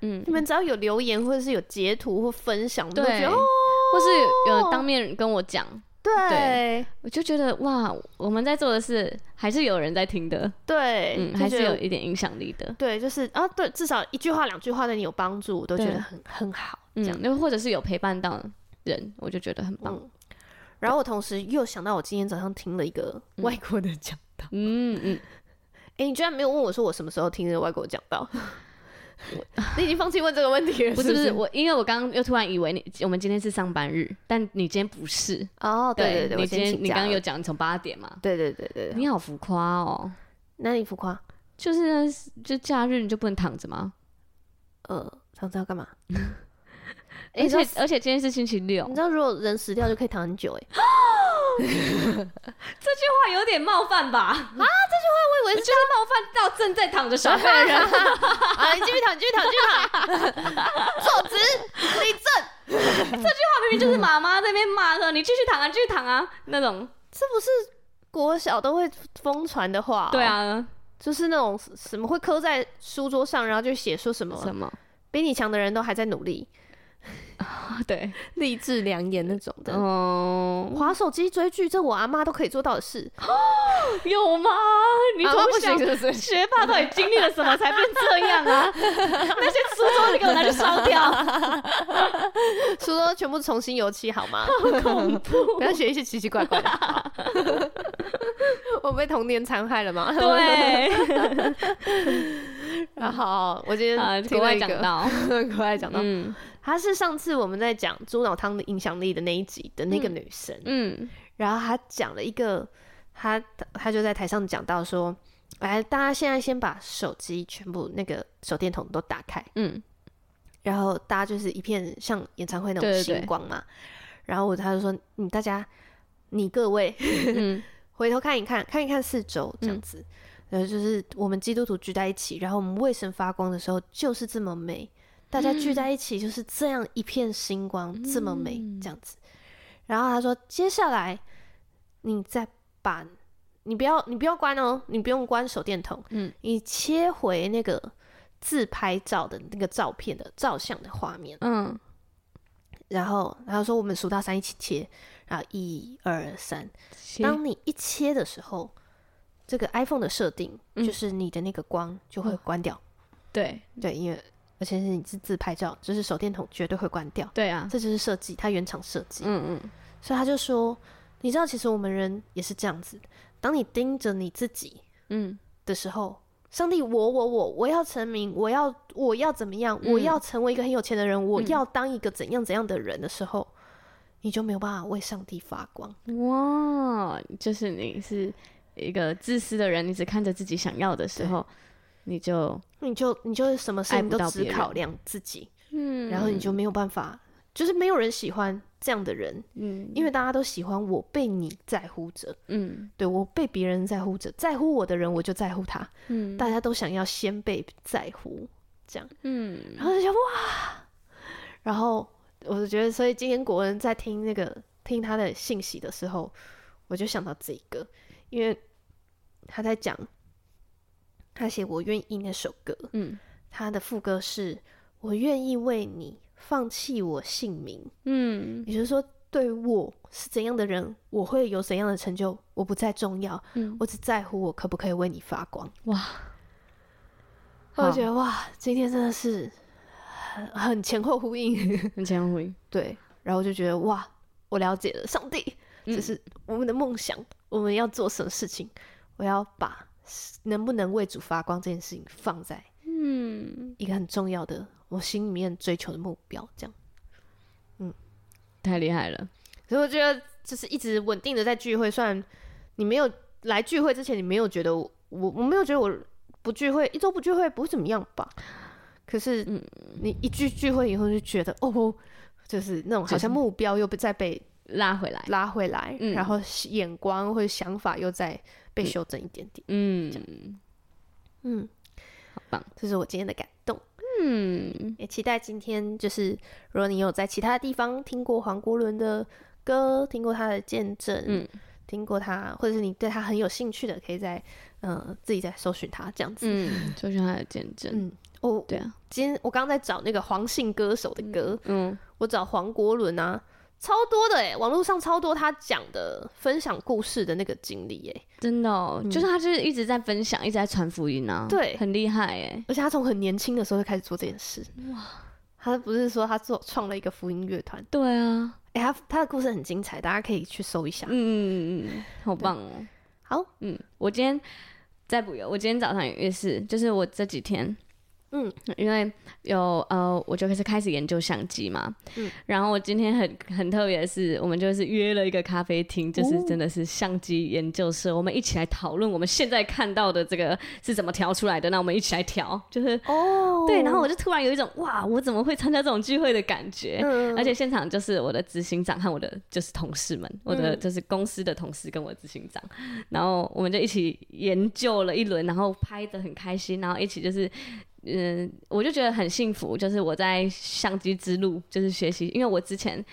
嗯你，们只要有留言或者是有截图或分享，我们都觉对得哦，或是有有当面跟我讲，对我就觉得哇，我们在做的事还是有人在听的，对，嗯，哎就还觉是得有一点影响力的，对，就是啊，对，至少一句话两句话对你有帮助，我都觉对得很很好。这样嗯，又或者是有陪伴到人，我就觉得很棒，嗯，然后我同时又想到，我今天早上听了一个外国的讲道。嗯 <laughs> 嗯，哎、你居然没有问我说我什么时候听的外国讲道？你已经放弃问这个问题了，不是是不是是我，因为我刚刚又突然以为你我们今天是上班日，但你今天不是，哦，对对，我你今天请你假刚刚了有讲你从八点嘛，对对对对对，你好浮夸哦，哪里浮夸？就是就假日你就不能躺着吗？呃，上次要干嘛？诶而你知道且而且今天是星期六，你知道，如果人死掉就可以躺很久哎、欸，这句话有点冒犯吧？ <laughs> 啊，这句话我以为是就是冒犯到正在躺着耍废的 <laughs> 人。啊，你继续躺，你继续躺，继续躺，坐直，立正，明明就是妈妈在那边骂说你继续躺啊，继续躺啊那种。这不是国小都会疯传的话、哦对，啊，就是那种什么会刻在书桌上，然后就写说什么什么？比你强的人都还在努力，对，励志良言那种的。嗯，划手机追剧，这我阿妈都可以做到的 <laughs> 事。有吗？你阿怎妈么不行想？是不是？学霸到底经历了什么才变这样啊？那些书桌子给我拿去烧掉， <laughs> 书桌全部重新油漆好 <laughs> 吗？恐怖 <laughs> 不。要学一些奇奇怪怪的。 <laughs> 好我被童年残害了吗？。<laughs> <laughs> 对，然后我今啊，天听国了外一讲个，到， <laughs> <laughs> 国外讲到，嗯她是上次我们在讲猪脑汤的影响力的那一集的那个女生，嗯然后她讲了一个，她她就在台上讲到说，哎，大家现在先把手机全部那个手电筒都打开，嗯，然后大家就是一片像演唱会那种对对对星光嘛。然后我他就说：“你大家，你各位，嗯回头看一看，看一看四周这样子。然后就是我们基督徒聚在一起，然后我们为神发光的时候就是这么美，大家聚在一起就是这样一片星光，这么美嗯这样子。然后他说：接下来你再把，你不要你不要关哦，你不用关手电筒，嗯，你切回那个自拍照的那个照片的照相的画面。”嗯然后他说我们数到三一起切，然后一二三，当你一切的时候，这个 iPhone 的设定嗯哦就是你的那个光就会关掉，对对，因为而且是你是自拍照，就是手电筒绝对会关掉，对啊，这就是设计，它原厂设计，嗯嗯所以他就说，你知道其实我们人也是这样子，当你盯着你自己嗯，的时候。上帝，我我我，我要成名，我要我要怎么样？我嗯要成为一个很有钱的人，我嗯要当一个怎样怎样的人的时候，你就没有办法为上帝发光。哇，就是你是一个自私的人，你只看着自己想要的时候，你就你就你就什么事爱情不都到只别人考量自己，嗯然后你就没有办法，就是没有人喜欢这样的人，嗯因为大家都喜欢我被你在乎着，嗯对我被别人在乎着，在乎我的人我就在乎他，嗯大家都想要先被在乎，这样，嗯然后就想哇，然后我就觉得，所以今天国恩在听那个听他的信息的时候，我就想到这一个，因为他在讲他写我愿意那首歌，嗯他的副歌是“我愿意为你放弃我姓名”， <laughs> 嗯也就是说，对我是怎样的人，我会有怎样的成就，我不再重要，嗯，我只在乎我可不可以为你发光。哇，我就好觉得哇，今天真的是很很前后呼应，很前卫，对，然后我就觉得哇，我了解了上帝，这是我们的梦想，我们要做什么事情，我要把能不能为主发光这件事情放在嗯，一个很重要的我心里面追求的目标，这样。太厉害了，所以我觉得就是一直稳定的在聚会，虽然你没有来聚会之前，你没有觉得我我我没有觉得我不聚会，一周不聚会不会怎么样吧？可是你一聚聚会以后就觉得哦，就是那种好像目标又被在被拉回来。拉回来，嗯然后眼光或者想法又再被修正一点点。嗯，嗯，好棒。这是我今天的感动，嗯，也期待今天就是，如果你有在其他地方听过黄国伦的歌，听过他的见证，嗯听过他，或者是你对他很有兴趣的，可以在呃自己再搜寻他这样子。嗯，就是他的见证。嗯，我对啊，今天我刚刚在找那个黄姓歌手的歌，嗯，我找黄国伦啊，超多的哎、网络上超多他讲的分享故事的那个经历哎、真的、哦，就是他就是一直在分享，一直在传福音啊，对很厉害哎。而且他从很年轻的时候就开始做这件事。哇！他不是说他做创了一个福音乐团？对啊，哎、他他的故事很精彩，大家可以去搜一下。嗯嗯嗯，好棒哦。好，嗯，我今天再补一个，我今天早上也是，就是我这几天，嗯，因为有呃，我就开始开始研究相机嘛，嗯然后我今天很很特别的是，我们就是约了一个咖啡厅，哦就是真的是相机研究社，我们一起来讨论我们现在看到的这个是怎么调出来的，那我们一起来调，就是哦对，然后我就突然有一种哇，我怎么会参加这种聚会的感觉？嗯而且现场就是我的执行长和我的就是同事们，我的嗯就是公司的同事跟我执行长，然后我们就一起研究了一轮，然后拍的很开心，然后一起就是。嗯，我就觉得很幸福，就是我在相机之路就是学习，因为我之前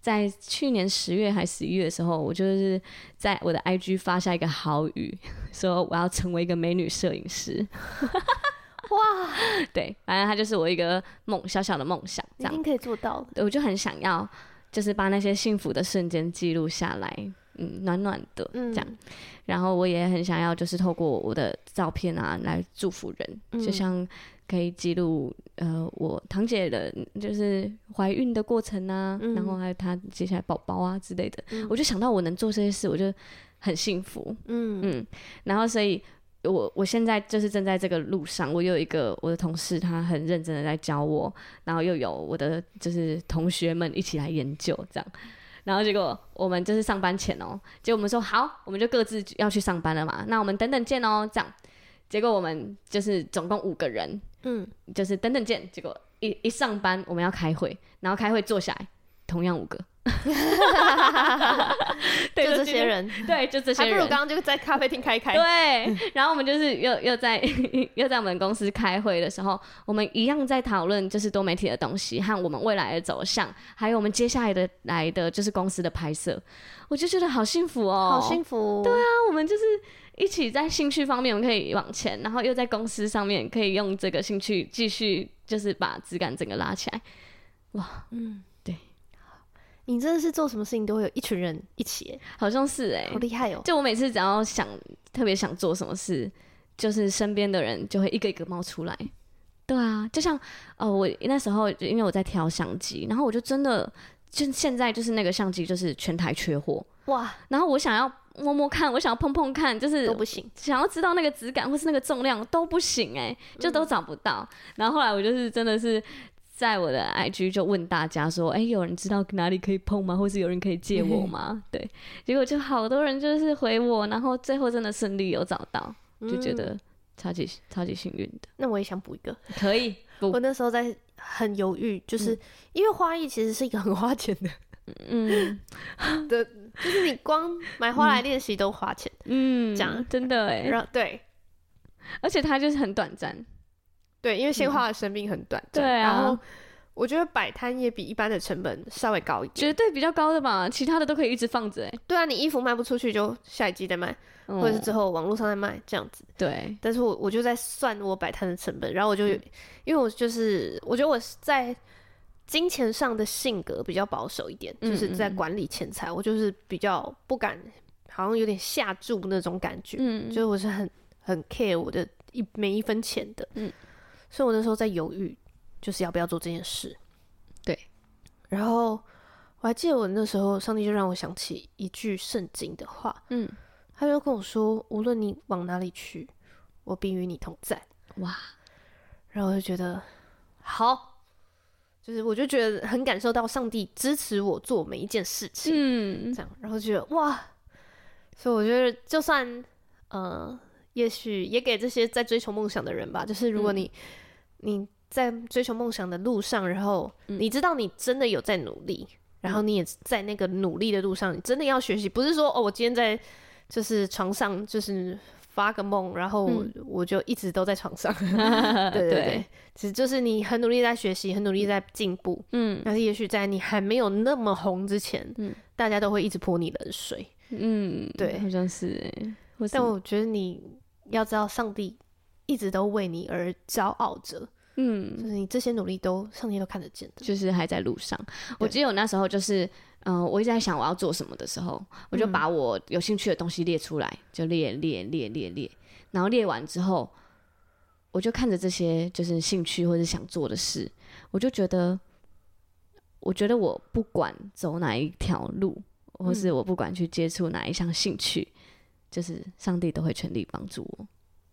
在去年十月还十一月的时候，我就是在我的 IG 发下一个豪语， <laughs> 说我要成为一个美女摄影师。哇， <laughs> 对，反正它就是我一个梦，小小的梦想，一这样定，可以做到的。对我就很想要，就是把那些幸福的瞬间记录下来，嗯，暖暖的这嗯样。然后我也很想要，就是透过我的照片啊，来祝福人，就嗯像可以记录呃我堂姐的，就是怀孕的过程啊，然后还有她接下来宝宝啊之类的。我就想到我能做这些事，我就很幸福。嗯嗯，然后所以我我现在就是正在这个路上，我有一个我的同事，他很认真的在教我，然后又有我的就是同学们一起来研究这样。然后结果我们就是上班前哦、结果我们说好，我们就各自要去上班了嘛，那我们等等见哦、这样。结果我们就是总共五个人，嗯，就是等等见。结果一一上班我们要开会，然后开会坐下来，同样五个， <laughs> <laughs> 嗯对，就这今些天，人，啊对，就这些还不人，如刚刚就在咖啡厅开一开。对，然后我们就是又又在 <laughs> 又在我们公司开会的时候，我们一样在讨论就是多媒体的东西和我们未来的走向，还有我们接下来的来的就是公司的拍摄，我就觉得好幸福哦，好幸福。对啊，那我们就是一起在兴趣方面，我们可以往前，然后又在公司上面可以用这个兴趣继续就是把质感整个拉起来，嗯，对。你真的是做什么事情都会有一群人一起欸，好像是哎、好厉害哦！就我每次只要想特别想做什么事，就是身边的人就会一个一个冒出来。对啊，就像呃，我那时候因为我在挑相机，然后我就真的就现在就是那个相机就是全台缺货，哇，然后我想要摸摸看，我想要碰碰看，就是都不行，想要知道那个质感或是那个重量都不行哎、嗯就都找不到。然后后来我就是真的是。在我的 IG 就问大家说：“哎、有人知道哪里可以碰吗？或是有人可以借我嗯吗？”对，结果就好多人就是回我，然后最后真的顺利有找到，就觉嗯得超级超级幸运的。那我也想补一个，可以不我？那时候在很犹豫，就是、因为花艺其实是一个很花钱的，嗯的 <laughs> 就是你光买花来练习都花钱，嗯，这样真的哎，然后对而且它就是很短暂。对，因为鲜花的生命很短暂，嗯对啊然后我觉得摆摊也比一般的成本稍微高一点，绝对比较高的吧，其他的都可以一直放着哎、对啊，你衣服卖不出去就下一季再卖，嗯或者是之后网络上再卖这样子。对，但是我我就在算我摆摊的成本，然后我就有、嗯因为我就是我觉得我是在金钱上的性格比较保守一点，嗯就是在嗯嗯管理钱财，我就是比较不敢，好像有点下注那种感觉，嗯就是我是很很 care 我的一每一分钱的，嗯，所以我那时候在犹豫，就是要不要做这件事，对，然后我还记得我那时候上帝就让我想起一句圣经的话，嗯，他就跟我说，无论你往哪里去，我必与你同在。哇，然后我就觉得好，就是我就觉得很感受到上帝支持我做每一件事情，嗯 <laughs> 这样，然后觉得哇，所以我觉得就算呃，也许也给这些在追求梦想的人吧，就是如果你、你在追求梦想的路上，然后你知道你真的有在努力，然后你也在那个努力的路上，你真的要学习，不是说哦，我今天在就是床上就是发个梦，然后嗯呃我就一直都在床上。 <laughs> <laughs> 对对对对，，其实就是你很努力在学习，很努力在进步，嗯但是也许在你还没有那么红之前，嗯大家都会一直泼你冷水。嗯，对好像是哎，或是但我觉得你要知道，上帝一直都为你而骄傲着，就嗯，是你这些努力都上帝都看得见的。就是还在路上。我记得我那时候就是。嗯、我一直在想我要做什么的时候，我就把我有兴趣的东西列出来，就列列列列列，然后列完之后，我就看着这些就是兴趣或者想做的事，我就觉得，我觉得我不管走哪一条路，或是我不管去接触哪一项兴趣，就是上帝都会全力帮助我。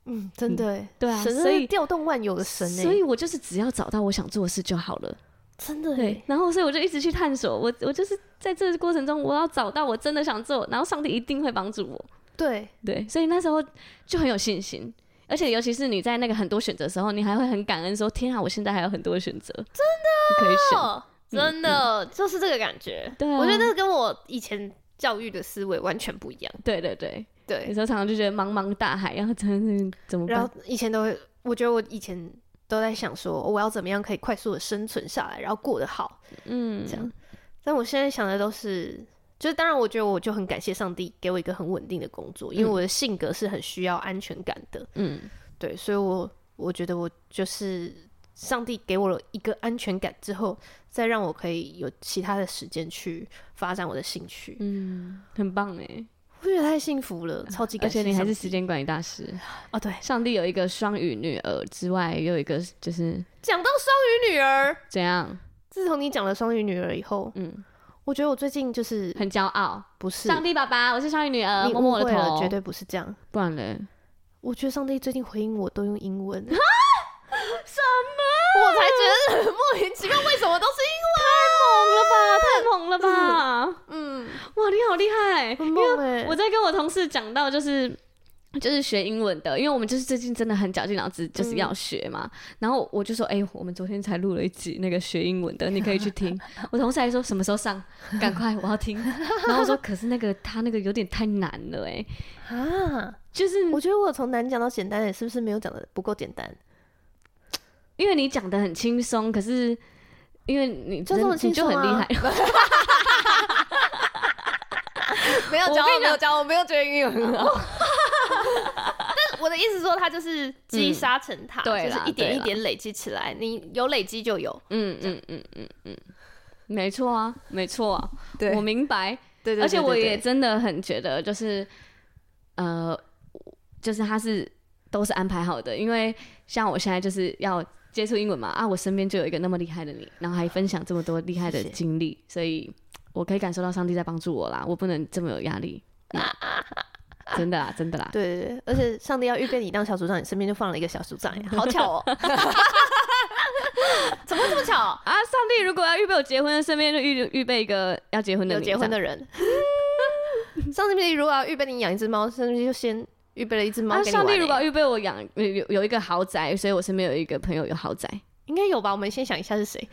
嗯，真的欸、对啊神真所的以是调动万有的神欸呢、所以我就是只要找到我想做的事就好了。真的、欸、对，然后所以我就一直去探索，我我就是在这个过程中，我要找到我真的想做，然后上帝一定会帮助我。对对，所以那时候就很有信心，而且尤其是你在那个很多选择的时候，你还会很感恩说：“天啊，我现在还有很多选择，真的可以选。哦，真的、就是这个感觉”。嗯对、啊，我觉得那个跟我以前教育的思维完全不一样。对对对，有对，时候常常就觉得茫茫大海，然后真的怎么然办后？以前都会，我觉得我以前都在想说，我要怎么样可以快速的生存下来，然后过得好。嗯，这样但我现在想的都是，就是当然，我觉得我就很感谢上帝给我一个很稳定的工作，因为嗯我的性格是很需要安全感的。嗯，对，所以我我觉得我就是上帝给我了一个安全感之后，再让我可以有其他的时间去发展我的兴趣，嗯，很棒哎，我觉得太幸福了，超级而感谢且上帝。你还是时间管理大师。哦，对，上帝有一个双语女儿之外，又有一个就是讲到双鱼女儿，怎样？自从你讲了双鱼女儿以后，嗯，我觉得我最近就是很骄傲。不是上帝爸爸，我是双鱼女儿，你摸误摸我会的了，头，绝对不是这样。不然嘞，我觉得上帝最近回应我都用英文。什么？我才觉得很莫名其妙，为什么都是太猛了吧！英文？嗯， <laughs> 哇，你好厉害！很猛哎、我在跟我同事讲到，就是就是学英文的，因为我们就是最近真的很绞尽脑汁，嗯就是要学嘛。然后我就说，哎、我们昨天才录了一集那个学英文 <laughs> 的，你可以去听。我同事还说什么时候上，赶快我要听。然后我说，可是那个他那个有点太难了、哎，啊，就是我觉得我从难讲到简单，欸也是不是没有讲的不够简单？因为你讲的很轻松，可是。因为你就真这么你轻就松很啊厉害，没有啊我跟你讲没有教，我没有觉得英语很好。 <laughs> 但我的意思说，它就是积沙成塔，对就啦是一点对一啦点累积起来，你有累积就有。嗯嗯嗯嗯嗯，没错啊， <laughs> 没错啊，对我明白。对而且我也真的很觉得，就是呃，就是他是都是安排好的，因为像我现在就是要接触英文嘛，啊，我身边就有一个那么厉害的你，然后还分享这么多厉害的谢谢经历，所以我可以感受到上帝在帮助我啦，我不能这么有压力。 <laughs> 嗯真的啦，真的啦，对对对，而且上帝要预备你当小组长，你身边就放了一个小组长，好巧哦！怎么会这么巧？啊！上帝如果要预备我结婚，身边就预预备一个要结婚的有你结婚这的样人， <laughs> 上帝如果要预备你养一只猫，上帝就先预备了一只猫啊！给你玩上欸。帝如果要预备我养有有有一个豪宅，所以我身边有一个朋友有豪宅， <laughs> 应该有吧？我们先想一下是谁。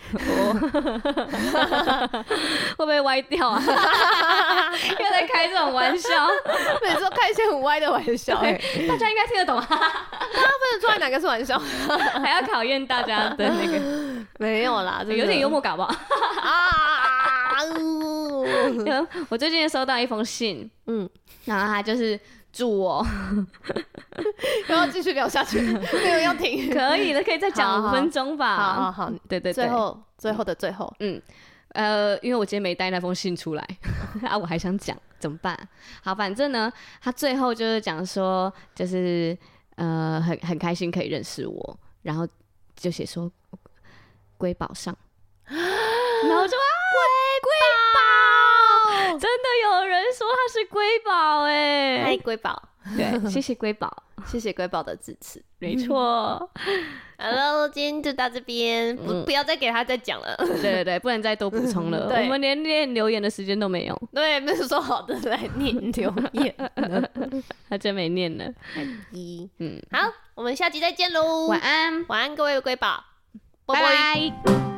会不会歪掉啊？ <laughs> 又在开这种玩 <laughs> 笑， <laughs> 每次都开一些很歪的玩笑、 <laughs> 欸，大家应该听得懂啊， <laughs> 不能出来哪个是玩笑，还要考验大家的 <laughs> 那个，没有啦，真的有点幽默感吧。 <laughs> 啊。呜嗯我最近收到一封信，嗯，然后他就是 <laughs> 祝我然后继续聊下去，没有要停。可以的，可以再好讲好五分钟吧。 <laughs> 好好好，对对对最，后最后的最后，呃，因为我今天没带那封信出来 <laughs> 啊，我还想讲怎么办？好，反正呢，他最后就是讲说，就是呃，很很开心可以认识我，然后就写说瑰宝上， <gasps> 然后我就啊，瑰宝，真的有人说他是瑰宝哎、嗨，瑰宝，对，谢谢瑰宝，谢谢瑰宝的支持。没错，好了，今天就到这边，不、嗯不要再给他再讲了。对对对，不能再多补充 <laughs> 了，对我们连念留言的时间都没有， <laughs> 对，没有说好的来念 <laughs> 留言。他真没念了，一，嗯，好，我们下集再见喽。晚安，晚安，各位瑰宝，拜啵啵拜。